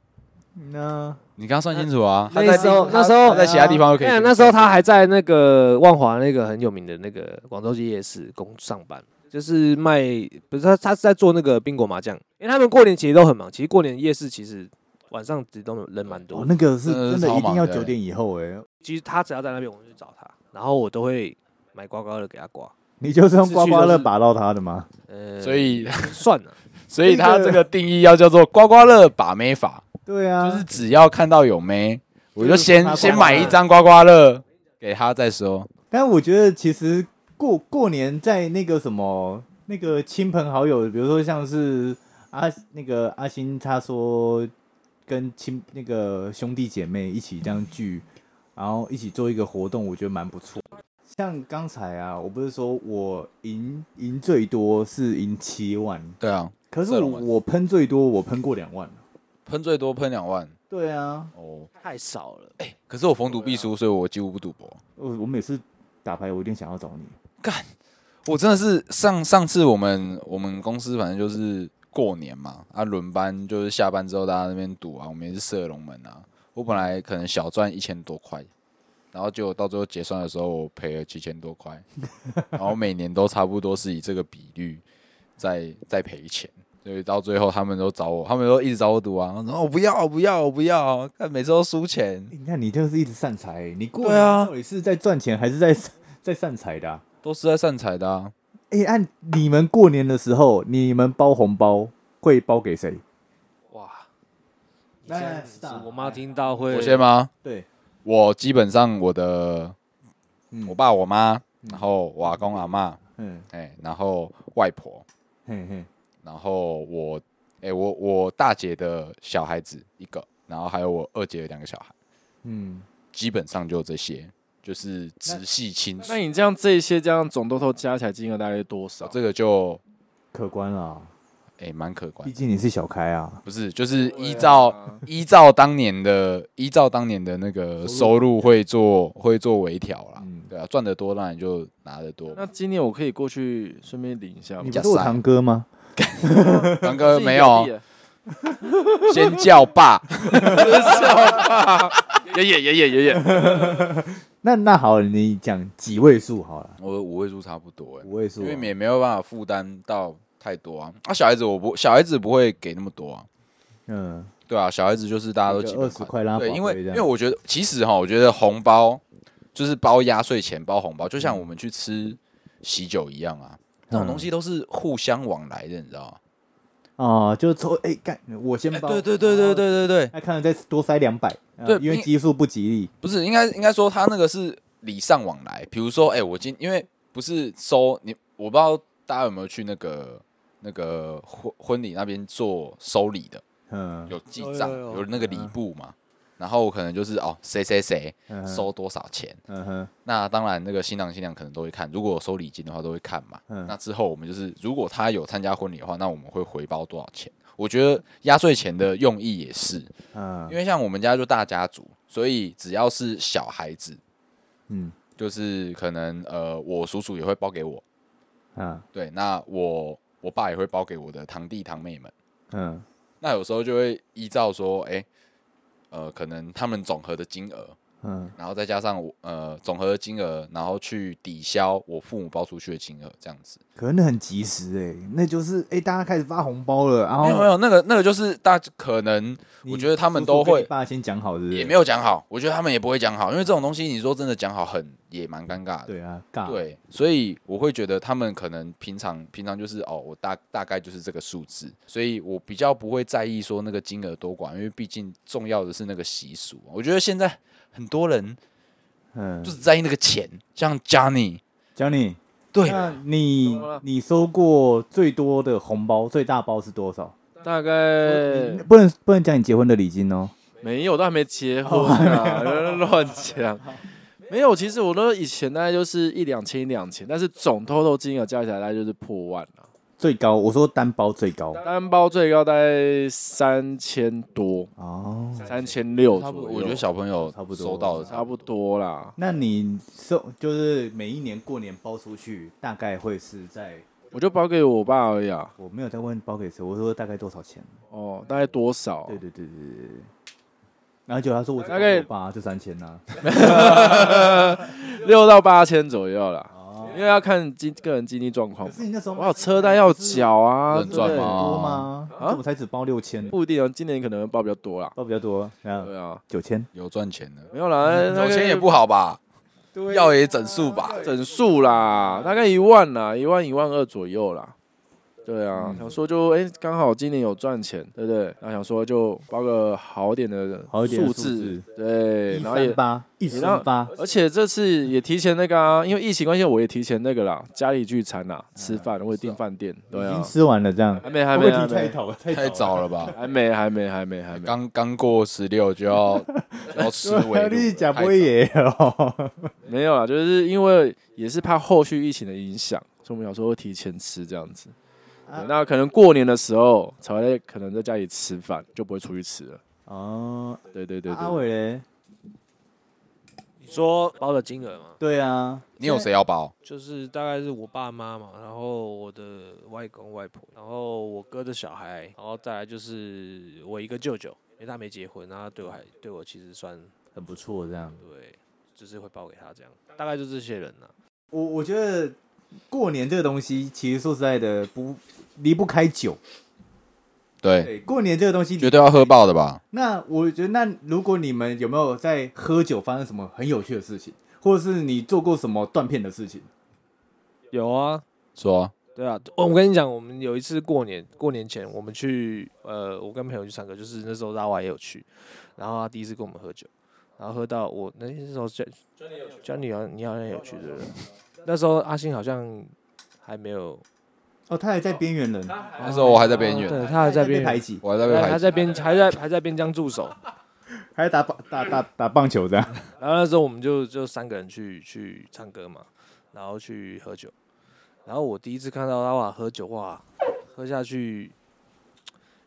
B: 那
A: 你跟他算清楚啊，
D: 那
A: 他在
D: 时候
A: 地
D: 那时候
A: 他在其他地方都可以
D: 哎
A: 去。
D: 那时候他还在那个万华那个很有名的那个广州街夜市工上班，就是卖不是他他是在做那个冰果麻将，因为他们过年其实都很忙，其实过年夜市其实晚上其实都人蛮多
B: 哦
D: 的。，
B: 那个是
A: 真的是
B: 真的
A: 超
B: 一定
A: 忙
B: 要
A: 的
B: 九
A: 欸
B: 点以后哎，
D: 其实他只要在那边，我就去找他，然后我都会买刮刮乐给他刮。
B: 你就是用刮刮
D: 是
B: 乐
D: 去就是
B: 把到他的吗？
D: 呃，
A: 所以
D: 算啊
A: (laughs)
D: 了，
A: 所以他这个定义要叫做刮刮乐把妹法，
B: 对啊，
A: 就是只要看到有妹，我就
B: 就是
A: 先
B: 他
A: 先
B: 刮刮
A: 买
B: 乐
A: 一张刮刮乐给他再说。
B: 但我觉得其实过过年在那个什么那个亲朋好友，比如说像是阿那个阿星，他说跟亲那个兄弟姐妹一起这样聚，然后一起做一个活动，我觉得蛮不错。像刚才啊，我不是说我赢赢最多是赢七万，
A: 对啊，
B: 可是
A: 射
B: 我
A: 龙啊
B: 我喷最多，我喷过两万。
A: 喷最多喷两万
B: 对啊，
A: 哦。
D: 太少了。
A: 可是我逢赌必输，所以我几乎不赌博。
B: 我我每次打牌，我一定想要找你。
A: 我真的是上上次我们我们公司反正就是过年嘛，啊轮班就是下班之后大家那边赌啊，我们也是射龙门啊。我本来可能小赚一千多块，然后结果到最后结算的时候我赔了七千多块，然后每年都差不多是以这个比率在在赔钱。所以到最后，他们都找我，他们都一直找我赌啊。然后我不要，我不要，我不要，看每次都输钱。
B: 欸你看，你就是一直散财欸，你过
A: 对
B: 年
A: 啊
B: 到底是在赚钱还是在在散财的、啊？
A: 都是在散财的、啊。
B: 哎、按你们过年的时候，你们包红包会包给谁？
D: 哇！
A: 哎
D: 你
B: 那
D: 这样子
B: 是啊
D: 我妈听到会
A: 我先吗？
B: 对，
A: 我基本上我的
B: 嗯
A: 我爸、我妈，
C: 嗯
A: 然后我阿公、阿嬷，
B: 嗯，
A: 哎、然后外婆，
B: 嘿嘿，
A: 然后我，哎、我我大姐的小孩子一个，然后还有我二姐的两个小孩，
B: 嗯，
A: 基本上就这些，就是直系亲属
C: 那。你这样这些这样总 total 加起来金额大概多少？
A: 这个就
B: 可观啦，
A: 哎蛮、可观
B: 毕，竟你是小开啊。
A: 不是就是
C: 对啊
A: 依照、
C: (laughs)
A: 依照当年的依照当年的那个
B: 收
A: 收入会做会做微调啦，
B: 嗯
A: 对啊，赚得多当然就拿得多嘛。
C: 那今年我可以过去顺便领一下
B: 你
C: 吗？呃
B: 不是我堂哥吗？
A: 堂哥没
C: 啊
A: 有，先叫爸， (laughs)
C: 爷爷爷爷爷爷，
B: 那那好，你讲几位数好了，
A: 我五位数差不多哎、
B: 五位数
A: 因
B: 啊、
A: 为也没有办法负担到太多啊。啊，小孩子我不，小孩子不会给那么多啊。
B: 嗯，
A: 对啊，小孩子就是大家都基本
B: 二十块拉
A: 对，
B: 宝
A: 因为
B: 贝这
A: 因
B: 样
A: 为我觉得其实哈，我觉得红包就是包压岁钱、包红包，就
B: 嗯
A: 像我们去吃喜酒一样啊，这种东西都是互相往来的，你知道吗？
B: 哦，就抽哎干，我先
A: 哎
B: 包，
A: 对对对对，对对对，
B: 那看了再多塞两百、啊
A: 对
B: 因为
A: 因
B: 基数不吉利，
A: 不是，应该应该说他那个是礼尚往来。比如说，哎、我今因为不是收你，我不知道大家有没有去那个那个婚婚礼那边做收礼的，
B: 嗯，
A: 有记账，
D: 有有有
A: 有那个礼部嘛。然后我可能就是哦谁谁谁
B: 嗯哼
A: 收多少钱，
B: 嗯哼，
A: 那当然那个新郎新娘可能都会看，如果有收礼金的话都会看嘛。
B: 嗯
A: 那之后我们就是如果他有参加婚礼的话，那我们会回报多少钱？我觉得压岁钱的用意也是，
B: 嗯
A: 因为像我们家就大家族，所以只要是小孩子，
B: 嗯
A: 就是可能呃我叔叔也会包给我，
B: 嗯
A: 对，那我我爸也会包给我的堂弟堂妹们。
B: 嗯
A: 那有时候就会依照说，哎、呃，可能他们总和的金额，
B: 嗯
A: 然后再加上我呃总和的金额，然后去抵消我父母包出去的金额，这样子。
B: 可能那很及时哎、那就是哎、大家开始发红包了，然
A: 没有没
B: 后
A: 有，那个那个就是大家可能
B: 哦你
A: 我觉得他们都会
B: 叔叔跟你爸先讲好是不是，
A: 也没
B: 有
A: 有讲好，我觉得他们也不会讲好，因为这种东西你说真的讲好很也蛮尴尬的。
B: 对啊，尬
A: 对，所以我会觉得他们可能平常平常就是哦，我大大概就是这个数字，所以我比较不会在意说那个金额多寡，因为毕竟重要的是那个习俗。我觉得现在很多人
B: 嗯
A: 就是在意那个钱，像 Johnny，
B: ，Johnny，
A: 对，啊
B: 那你
C: 怎么了
B: 你收过最多的红包，最大包是多少？
C: 大
B: 你
A: 呃
C: 概
B: 不能不能讲你结婚的礼金哦。
C: 没有，都还没结婚
A: 哦
C: (laughs) 啊，乱讲。没有，其实我都以前大概就是一两千一两千，但是总 total 金额加起来大概就是破万了、
B: 最高，我说单包最高
C: 单包最高大概三千多，
B: 哦。
C: 三千六
A: 差不多，
C: 左右，
A: 我觉得小朋友
B: 差不多
A: 收到的
C: 差不多啦。
B: 那你送就是每一年过年包出去，大概会是在
C: 我就包给我爸而已啊。
B: 我没有在问包给谁，我说大概多少钱？
C: 哦，大概多少？
B: 对对对对对对。然后就他说我只
C: 大概
B: 包八就三千呐。
C: 哦六到八千左右啦，
B: 哦，
C: 因为要看经个人经济状
A: (laughs)
C: 况
B: 可。是你那时候
C: 我有车贷要缴
A: 啊
C: 啊，
A: 不能赚
C: 对不对
A: 吗
B: 多吗？
C: 啊
B: 我才只包六千，
C: 不一定哦，今年可能报比较多啦。
B: 包比较多，然后
C: 对啊，
B: 九千。
A: 有赚钱的，
C: 没有啦，那
A: 嗯有
C: 个
A: 钱也不好吧，要也整数吧，
C: (laughs) 整数啦，大概一万啦，一万一万二左右啦。对啊，
B: 嗯
C: 想说就哎，刚、好今年有赚钱，对不对？然后想说就包个好点的
B: 好一点的
C: 数
B: 数字
C: 对，
B: 一
C: 然后也
B: 三八，一
C: 也让
B: 三八，
C: 而且这次也提前那个啊，因为疫情关系，我也提前那个啦，家里聚餐啦，吃饭我也订饭店，对
B: 啊已
C: 啊
B: 经，吃完了这样。
C: 还没还
B: 会不
C: 没
B: 会
C: 还
B: 提太
C: 没
B: 早了，太
A: 太
B: 早
A: 早
B: 了。
A: 了吧？
C: 还没还没还没还没，
A: 刚刚过十六就要就要吃
B: 对啊
A: 维
B: (laughs) 你
A: 度，
B: 假
A: 太
B: 不会
A: 早
B: 也
C: (laughs)
B: 哦。
C: 没有啦，就是因为也是怕后续疫情的影响，所以我们想说会提前吃这样子。
B: 啊
C: 对那可能过年的时候才会可能在家里吃饭，就不会出去吃了。
B: 哦，
C: 对对对
B: 阿
C: 对，
B: 伟嘞，
D: 你说包的金额吗？
B: 对啊，
A: 你有谁要包？
D: 就是大概是我爸妈嘛，然后我的外公外婆，然后我哥的小孩，然后再来就是我一个舅舅，因为他没结婚，然后他对我还对我其实算
B: 很不错这样。
D: 对，就是会报给他这样，大概就这些人呐、
B: 我我觉得过年这个东西，其实说实在的，不离不开酒。
A: 对，
B: 对，过年这个东西离，
A: 绝对要喝爆的吧？
B: 那我觉得，那如果你们有没有在喝酒发生什么很有趣的事情，或者是你做过什么断片的事情？
D: 有啊，
A: 说啊、
D: 对啊，我我跟你讲，我们有一次过年，过年前我们去，呃，我跟朋友去唱歌，就是那时候拉瓦也有去，然后他第一次跟我们喝酒，然后喝到我那那时候叫叫你好像你好像也有去对不对？那时候阿星好像还没有，
B: 哦，他还在边缘人，
A: 那时候我还在边缘，
D: 对哦他还在边
B: 被排
D: 缘，
B: 挤，
A: 我还在
D: 对
A: 被
D: 哎还
A: 排挤。
D: 在边还在还在边疆驻守，
B: 还在打棒打打打棒球这样。
D: 然后那时候我们就就三个人去去唱歌嘛，然后去喝酒，然后我第一次看到拉瓦喝酒哇，喝下去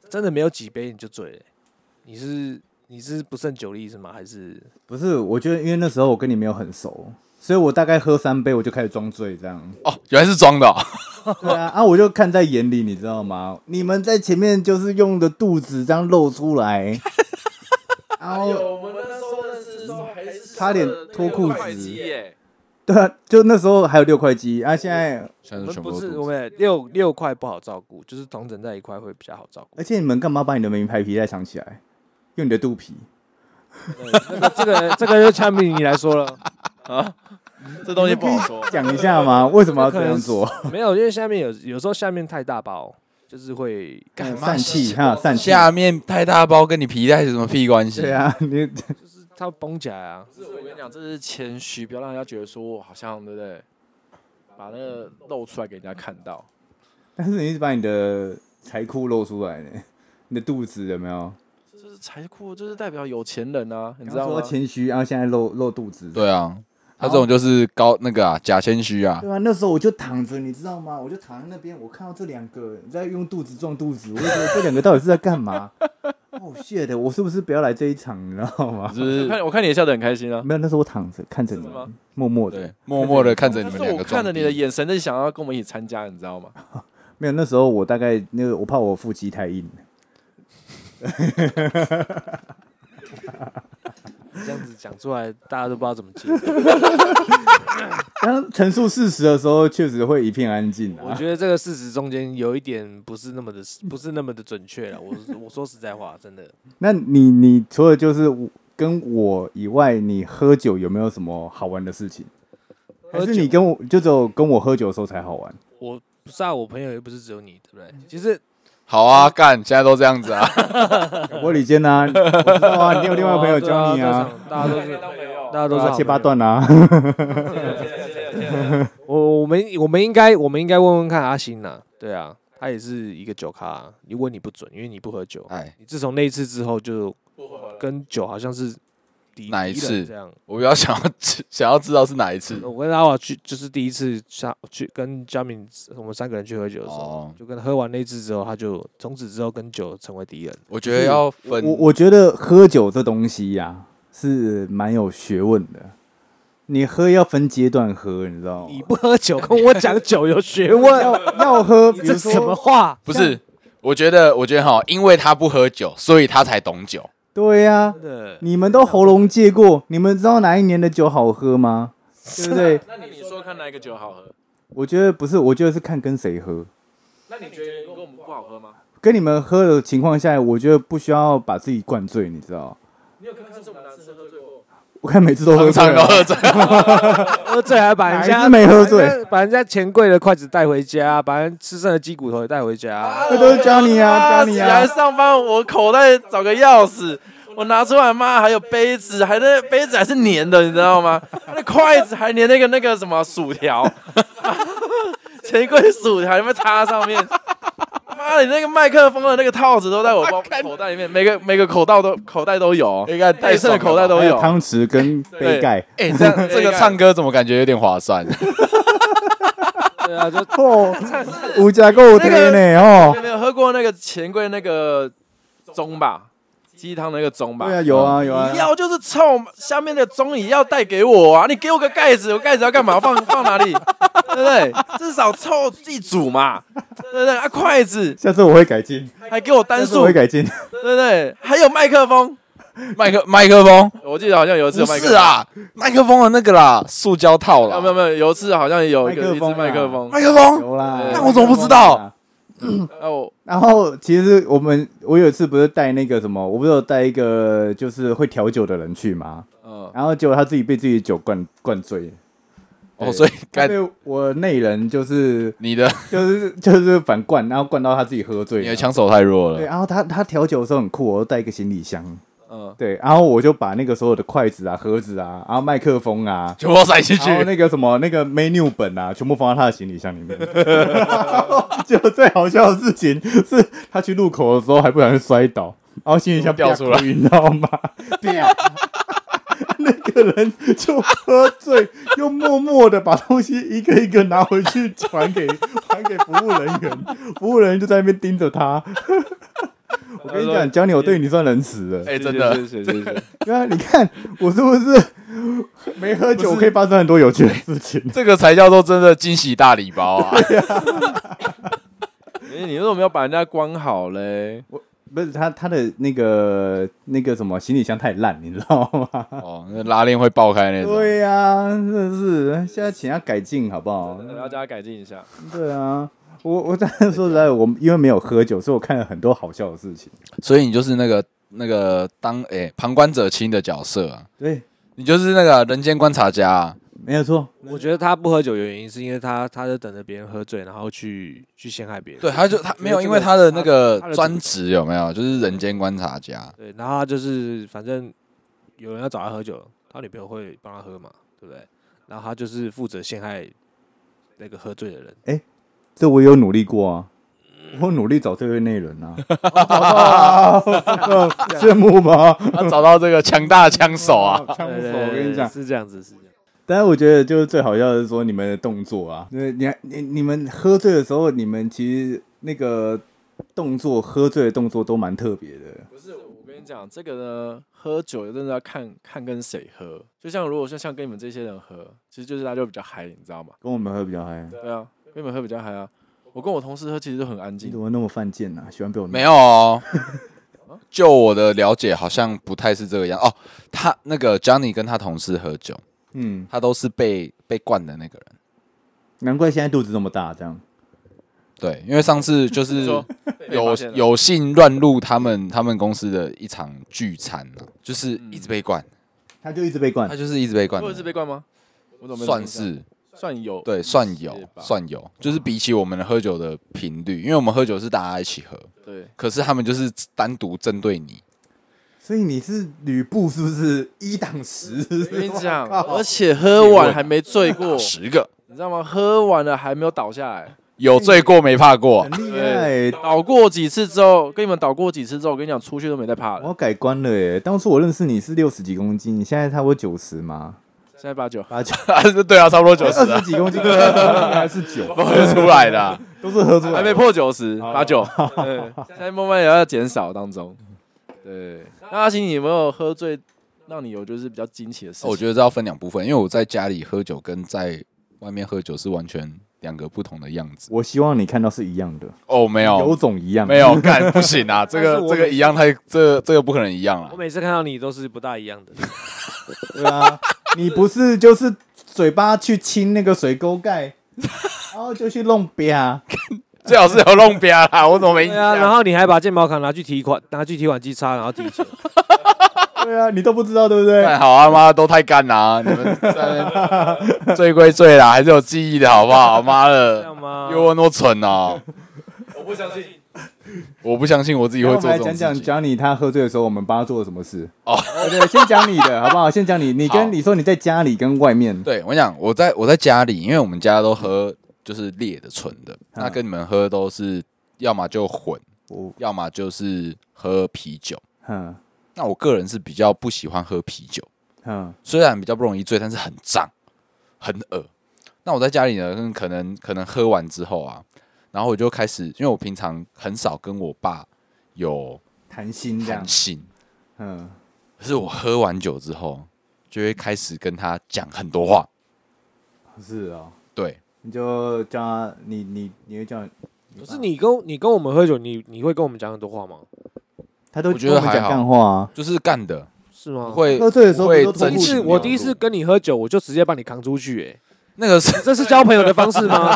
D: 真的没有几杯你就醉了、欸你是你是不胜酒力是吗？还是
B: 不是，我觉得因为那时候我跟你没有很熟，所以我大概喝三杯我就开始装醉这样。
A: 哦，原来是装的、哦。
B: 对啊，啊，我就看在眼里，你知道吗？你们在前面就是用的肚子这样露出
D: (laughs)
B: 来，然后
C: 我们那时候认识的时候还是
B: 差点脱裤子。
C: 耶，
B: (laughs) 对啊，就那时候还有六块肌啊，现在
A: 现在
D: 我们
A: 是全部
D: 不
A: 都
D: 是
A: 肚
D: 我
A: 子
D: 们六六块不好照顾，就是同整在一块会比较好照顾
B: 而。且你们干嘛把你的名牌皮带藏起来？用你的肚皮？
D: 对这个这个这个就枪毙你来说了，
C: 这东西不好说。
B: 讲一下吗？为什么要这样做？
D: 没有，因为下面有有时候下面太大包，就是会
A: (laughs) 干嘛
B: 散气哈，散气。
A: 下面太大包跟你皮带有什么屁关系？
B: 对，啊，你
D: 就是它崩起来啊。
C: 我跟你讲，这是谦虚，不要让人家觉得说我好像对不对，把那个露出来给人家看到。
B: 但是你一直把你的财库露出来呢，你的肚子有没有？
C: 就是财库就是代表有钱人啊，你知
B: 刚
C: 道
B: 说
C: 吗？
B: 谦虚，然啊后现在露露肚子。
A: 对啊，他这种就是高那个啊，假谦虚啊，
B: 对啊，那时候我就躺着，你知道吗？我就躺在那边，我看到这两个在用肚子撞肚子，我就觉得这两个到底是在干嘛？ (laughs) 哦，谢的，我是不是不要来这一场？你知道吗？
A: 就是
C: 我看我看你也笑得很开心啊，
B: 没有，那时候我躺着看着你
C: 是
B: 们
C: 吗，
B: 默默的
A: 对，。默默的看着你
C: 但
A: 们
C: 是
A: 两
C: 我
A: 个
C: 看
A: 撞
C: 着
A: 壁
C: 你的眼神，就想要跟我们一起参加，你知道吗？
B: 没有，那时候我大概那个，我怕我腹肌太
D: (laughs)
B: 硬了。
D: 这样子讲出来，大家都不知道怎么接。
B: 当陈述事实的时候，确实会一片安静 (laughs)
D: 我
B: 啊。
D: 觉得这个事实中间有一点不是那么的，不是那么的准确了。我我说实在话，真的，
B: 那你你除了就是我跟我以外，你喝酒有没有什么好玩的事情？还是你跟我就只有跟我喝酒的时候才好
C: (laughs)
B: 玩？
D: 我不是啊，我朋友又不是只有你，对不对？其实
A: 好啊，干，现在都这样子啊，
B: 我李健啊，我知道啊，你有另外一个朋友教你
C: (laughs)
B: 啊，，
D: 大家都
A: (laughs)
D: 是
C: 当朋友
D: 大家都是
B: 啊
D: 好
B: 切八
D: 朋友。
B: 段啊。
D: 我我们我们应该我们应该问问看阿星呐、对啊，他也是一个酒咖、啊，你问你不准，因为你不喝酒。啊
A: 哎，
D: 你自从那一次之后就跟酒好像是敌
A: 哪一
D: 敌人
A: 次
D: 这样？
A: 我比较想要知想要知道是哪一次
D: 我跟阿瓦去，就是第一次下去跟佳敏，我们三个人去喝酒的时候，
A: 哦，
D: 就跟他喝完那次之后，他就从此之后跟酒成为敌人。
A: 我觉得要分
B: (laughs) 我我觉得喝酒这东西呀、是蛮有学问的，你喝要分阶段喝，你知道吗
D: 你？不喝酒，跟我讲酒有学 (laughs) 问，啊
B: 要要喝，比
D: 这
B: 如
D: 什么
B: 说，
D: 话？
A: 不是，我觉得我觉得哈，因为他不喝酒，所以他才懂酒。
B: 对呀、
D: 真的，
B: 你们都喉咙借过，你们知道哪一年的酒好喝吗？对不对？
C: 那你说看哪一个酒好喝？
B: 我觉得不是，我觉得是看跟谁喝。
C: 那你觉得跟我们不好喝吗？
B: 跟你们喝的情况下，我觉得不需要把自己灌醉，你知道？
C: 你有看是我们哪次喝醉过？
B: 我看每次都喝
A: 常常
B: 醉啊了
A: 都喝醉，
D: 喝醉还把人
B: 哪一
D: 家
B: 次没喝醉
D: 把人家把人家钱柜的筷子带回家，把人吃剩的鸡骨头也带回家。
B: 那哎都是教你啊，教你啊
C: 来！上班，我口袋找个钥匙，我拿出来，妈还有杯子，还那杯子还是粘的，你知道吗？ (laughs) 那筷子还粘那个那个什么薯条， (laughs) 钱柜薯条有没有插上面？ (laughs) 妈的，你那个麦克风的那个套子都在我
A: (laughs)
C: 包口袋里面，每个每个口袋都口袋都有，
A: 你看
C: 戴
A: 太
C: 胜
A: 爽
C: 的
A: 了
C: 口袋
A: 吧。
C: 都
B: 还
C: 有
B: 有。汤匙跟杯盖。
A: 哎、这 (laughs) 样这个唱歌怎么感觉有点划算？
D: 对啊，就
B: 哦，五加够天呢
C: 你
B: 哦。
C: 有没有喝过那个钱柜那个盅吧？鸡汤的那个盅吧？
B: 对啊，有啊有啊
C: 你。要就是冲下面的钟也要带给我啊！你给我个盖子，我盖子要干嘛？放放哪里？对不对？至少凑一组嘛，对不对？啊，筷子
B: 下次我会改进，
C: 还给我
B: 下
C: 单
B: 次
C: 数，
B: 我会
C: 对
B: 改进。
C: 不对？还有麦克风，
A: 麦克麦克风
C: 我记得好像有一次
A: 不
C: 有麦克
A: 是
C: 风，啊
A: 啊，麦克风的那个啦，塑胶套
C: 没有没有
A: 啦，
C: 没有，有一次好像有一个
B: 麦克
C: 一
B: 风啊
C: 支麦克风，哎
A: 麦克风
B: 有啦，
C: 那
A: 我怎么不知道？
C: 啊我
B: 然后其实我们，我有一次不是带那个什么，我不是有带一个就是会调酒的人去吗？
C: 嗯，
B: 然后结果他自己被自己的酒灌灌醉，
A: 哦，所以
B: 他
A: 该
B: 被我内人就是
A: 你的
B: 就是就是反灌，然后灌到他自己喝醉了。
A: 你的枪手太弱
B: 对，
A: 了，
B: 然后他他调酒的时候很酷，我都带一个行李箱。
C: 嗯
B: 对，然后我就把那个所有的筷子啊、盒子啊、然后麦克风啊，
A: 全部都塞进去
B: 然，后那个什么那个 menu 本啊，全部放在他的行李箱里面。 (laughs) 就最好笑的事情是，他去路口的时候还不小心摔倒，然后行李箱
A: 掉出来
B: 啪你知道吗？啪 (laughs) 那个人就喝醉，又默默的把东西一个一个拿回去还给还给服务人员，服务人员就在那边盯着他。我跟你讲，教你我对你算仁慈了。
A: 哎、真的
C: 谢谢谢谢谢谢
B: 对啊，你看我是不是没喝酒可以发生很多有趣的事情？
A: (laughs) 这个才叫做真的惊喜大礼包 (laughs) 啊！
C: 哎你为什么要把人家关好嘞？
B: 不是他他的那个那个什么行李箱太烂，你知道 (laughs) 吗？
A: 哦，那拉链会爆开那种。
B: 对呀、真的是现在请他改进好不 (laughs) 好？
C: 我要叫他改进一下。
B: 对啊，我我但是说实在，我因为没有喝酒，所以我看了很多好笑的事情。
A: 所以你就是那个那个当哎、旁观者清的角色啊，
B: 对，
A: 你就是那个人间观察家、啊。
B: 没有错，
D: 我觉得他不喝酒的原因是因为他他就等着别人喝醉，然后去去陷害别人。
A: 对，他就他没有，
D: 这
A: 因为
D: 个
A: 他的那个
D: 他的
A: 专职有没有，就是人间观察家。
D: 对，然后他就是反正有人要找他喝酒，他女朋友会帮他喝嘛，对不对？然后他就是负责陷害那个喝醉的人。
B: 这我有努力过啊。我努力找这位内人 (laughs) 啊， (laughs) 啊羡慕吗？
A: 他找到这个强大的枪手啊！
B: 哦枪手，
D: 对对
B: 我
D: 对
B: 跟你
D: 对
B: 讲。
D: 是这样子，是这样。
B: 但是我觉得就是最好笑的是说你们的动作啊，就是你你你们喝醉的时候，你们其实那个动作喝醉的动作都蛮特别的。
C: 不是，我跟你讲，这个呢，喝酒真的要看看跟谁喝。就像如果说像跟你们这些人喝，其实就是大家就比较嗨，你知道吗？
B: 跟我们喝比较嗨，
C: 对啊，跟你们喝比较嗨啊。我跟我同事喝其实就很安
B: 你
C: 静
B: 怎，么那么犯贱呢、啊？喜欢被我
A: (laughs)
B: 弄
A: 没有哦，就我的了解，好像不太是这个样哦。他那个 Johnny 跟他同事喝酒，
B: 嗯，
A: 他都是被被灌的那个人。
B: 难怪现在肚子这么大，这样
A: 对，因为上次就是 (laughs)
C: 说
A: 有有幸乱入他们他们公司的一场聚餐啊，就是一直被灌，
B: 他就一直被灌
A: 他。就是一直被灌
C: 嗯或者是
A: 的，
C: 被灌吗？我怎么没
A: 算
C: 印象
A: 是
C: 算有
A: 对，算有
C: 是吧
A: 算有，就是比起我们的喝酒的频率，因为我们喝酒是大家一起喝，
C: 对，
A: 可是他们就是单独针对你，
B: 所以你是吕布是不是一挡十？
C: 我跟你讲，而且喝完还没醉过，
A: 十个
C: 你知道吗？喝完了还没有倒下来，
A: 有醉过没怕过
B: 很，
C: 嗯
B: 厉害、欸
C: 倒过几次之后，跟你们倒过几次之后，我跟你讲，出去都没再怕
B: 我
A: 哦
C: 了。
B: 要改观了耶！当初我认识你是六十几公斤，你现在差不多九十吗？
C: 现在八九，
B: 八九
A: 对 (laughs) 啊，差不多九
B: 二
A: 十啊
B: 十，几公斤，还
A: (laughs)
B: 是九，
A: 喝出来的啊、
B: 都是喝出来的。
C: 还没破九十，八九， (laughs) 对现在慢慢也要减少当中。对，那阿星，你有没有喝醉让你有就是比较惊奇的事
A: 哦
C: 情？
A: 我觉得这要分两部分，因为我在家里喝酒跟在外面喝酒是完全两个不同的样子。
B: 我希望你看到是一样的，
A: 哦，没
B: 有
A: 有
B: 种一样的
A: 没有，干不行
D: (laughs)
A: 啊，这
D: 但是
A: 个
D: 我
A: 这个一样太这这个不可能一样啊
D: 我。每次看到你都是不大一样的，
B: 对啊，你不是就是嘴巴去亲那个水
A: (laughs)
B: 沟盖，然后就去弄别啊，
A: 最好是有弄边啦，我怎么没印
D: 对啊，然
A: 象？
D: 后你还把健保卡拿去提款，拿去提款机插，然后提钱，
B: 对啊，你都不知道对不对？
A: 太好啊，妈都太干啦！你们在那
D: (laughs)
A: 边醉归醉啦，还是有记忆的好不好？妈
D: 这
A: 的 (laughs)
D: 样，吗
A: 又？问多蠢哦！
C: 我不相信，
A: 我不相信我自己
B: 然
A: 会
B: 后我
A: 做
B: 们来
A: 这
B: 讲
A: 种
B: 讲
A: 事情。
B: 讲你他喝醉的时候，我们帮他做了什么事？
A: 哦
B: 对，对，先讲你
A: (laughs)
B: 的好不好？先讲你，你
A: 好
B: 跟你说你在家里跟外面，
A: 对我讲，我在我在家里，因为我们家都喝就是烈的、纯的，
D: 嗯
A: 那跟你们喝都是要么就混，
D: 哦
B: 我
A: 要么就是喝啤酒。
B: 嗯
A: 那我个人是比较不喜欢喝啤酒，
B: 嗯，
A: 虽然比较不容易醉，但是很胀，很恶。那我在家里呢，嗯可能可能喝完之后啊，然后我就开始，因为我平常很少跟我爸有
B: 谈心这样
A: 谈，心，
B: 嗯，
A: 可是我喝完酒之后，就会开始跟他讲很多话。
B: 是哦，
A: 对，
B: 你就叫他，你你你会叫
D: 可是你跟你跟我们喝酒，你你会跟我们讲很多话吗？
B: 他都
A: 我觉得
B: 跟我们
A: 还
B: 讲
A: 好
B: 干话啊，
A: 就是干的，
D: 是吗？
A: 不。会
B: 嗯喝醉的时候
A: 不会
B: 不都偷
A: 争
D: 第一
A: 取
D: 次
A: 你
D: 我
A: 的
D: 第一次
A: 路
D: 跟你喝酒，我就直接把你扛出去、欸，
A: 那个是
D: 这是交朋友的方式吗？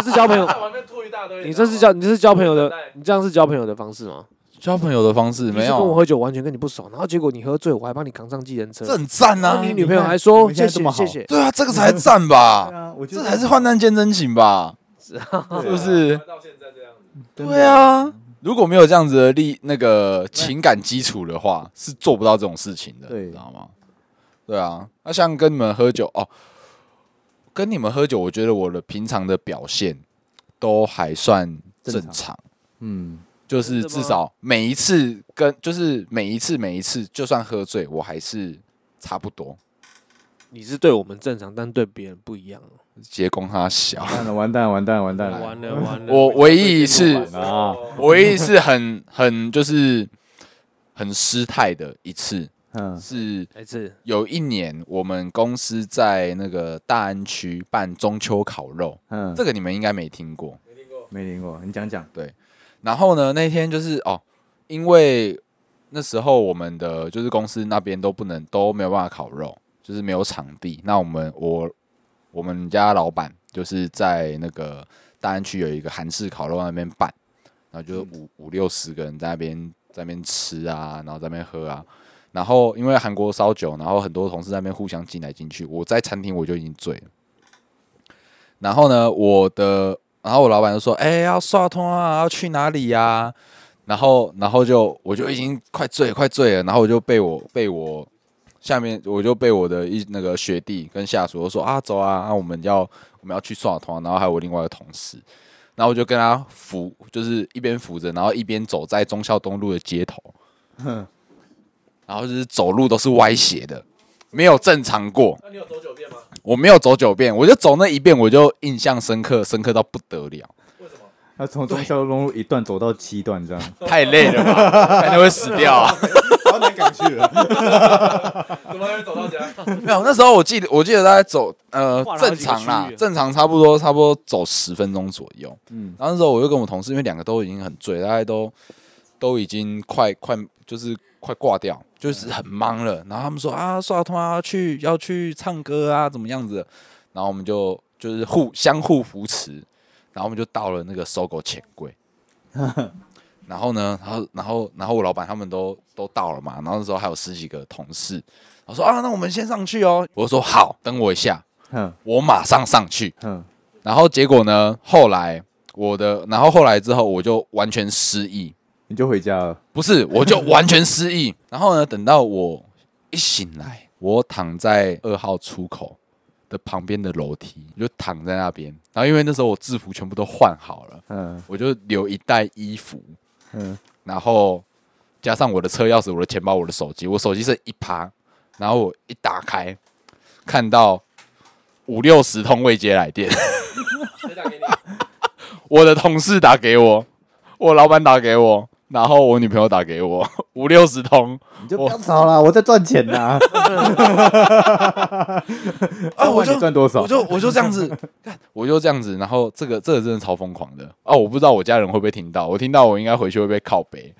D: 这是交朋友，
C: 外面吐一大堆
D: 你这是交你这是交朋友的，你这样是交朋友的方式吗？
A: 交朋友的方式，
D: 你
A: 没
D: 是跟我
A: 有，
D: 喝酒完全跟你不熟，然后结果你喝醉，我还帮你扛上计程车
A: 这，很赞
D: 然后
A: 啊
D: 你！
B: 女
D: 女
B: 朋
D: 朋
B: 友
D: 友
B: 还
D: 还
B: 说
D: 说
B: 谢谢
D: 谢谢
B: 谢
D: 谢
B: 谢
D: 谢，
A: 对啊，这个才赞
B: 对
A: 吧，
B: 啊，我觉
A: 这
B: 得
A: 才是患难见真情吧，
B: 是啊
A: 是不？是？
C: 到现在这样子，
B: 真的
A: 对，啊，如果没有这样子的力那个情感基础的话，是做不到这种事情的，
B: 对
A: 你知道吗？对啊，那像跟你们喝酒哦，跟你们喝酒，我觉得我的平常的表现都还算正
B: 正
A: 常，
B: 嗯，
A: 就是
D: 真的吗
A: 至少每一次跟就是每一次每一次，就算喝醉，我还是差不多。
D: 你是对我们正常，但对别人不一样。
A: 结公他 (laughs) 小，
B: 完了，完蛋，完蛋，完蛋，
D: 完 (laughs) 了完了，
A: 我唯一一次，
D: (laughs)
B: 啊，
A: 我唯一是很很就是很失态的一次
B: 嗯，
A: 是。
D: 来次
A: 有一年，我们公司在那个大安区办中秋烤肉，
B: 嗯，
A: 这个你们应该没听过。
B: 没听过，你讲讲。
A: 然后呢，那天就是哦，因为那时候我们的就是公司那边都不能都没有办法烤肉，就是没有场地。那我们我我们家老板就是在那个大安区有一个韩式烤肉那边办，然后就五五六十个人在那边在那边吃啊，然后在那边喝啊。然后因为韩国烧酒，然后很多同事在那边互相进来进去，我在餐厅我就已经醉了。然后呢，我的，然后我老板就说：“哎、要刷通啊，要去哪里呀、然后，然后就我就已经快醉了快醉了，然后我就被我被我下面我就被我的一那个学弟跟下属都说啊，走啊，啊我们要我们要去刷通啊，然后还有我另外一个同事，然后我就跟他扶，就是一边扶着，然后一边走在忠孝东路的街头，然后就是走路都是歪斜的，没有正常过。
D: 那你有走九遍吗？
A: 我没有走九遍，我就走那一遍，我就印象深刻，深刻到不得了，
B: 他从中孝东路一段走到七段这样，
A: 太累了吧，感觉会死掉啊。
B: 好难敢去 (laughs) 了。
D: 怎么还没走到家？
A: 没有，那时候我记得，我记得大概走呃
D: 跨了好
A: 正
D: 几个
A: 常啦
D: 区域，啊
A: 正常差不多差不多走十分钟左右。
B: 嗯，
A: 然后那时候我就跟我同事，因为两个都已经很醉，大概都都已经快快就是快挂掉，就是很忙了。然后他们说啊，刷通啊，去要去唱歌啊，怎么样子的？然后我们就就是互相互扶持，然后我们就到了那个搜狗钱柜。然后呢，然后然后然后我老板他们都都到了嘛，然后那时候还有十几个同事，我说啊，那我们先上去哦。我说好，等我一下，
B: 哼
A: 我马上上去。
B: 哼，
A: 然后结果呢，后来我的，然后后来之后我就完全失忆，
B: 你就回家了。
A: 不是，我就完全失忆。 (laughs) 然后呢，等到我一醒来，我躺在二号出口的旁边的楼梯，我就躺在那边。然后因为那时候我制服全部都换好了，
B: 嗯
A: 我就留一袋衣服，
B: 嗯，
A: 然后加上我的车钥匙、我的钱包、我的手机，我手机剩一趴，然后我一打开，看到五六十通未接来电。
D: (laughs)
A: (laughs)
D: 谁打给你？
A: 我的同事打给我，我老板打给我，然后我女朋友打给我， (laughs) 五六十通
B: 你就不要吵了，我在赚钱呐。
A: (laughs) 啊，我
B: 不管
A: 就
B: 你赚多少
A: 我？
B: (laughs)
A: 就我就这样 (laughs) 子，干我就这样子，然后这个这个真的超疯狂的啊！我不知道我家人会不会听到，我听到我应该回去会被靠背。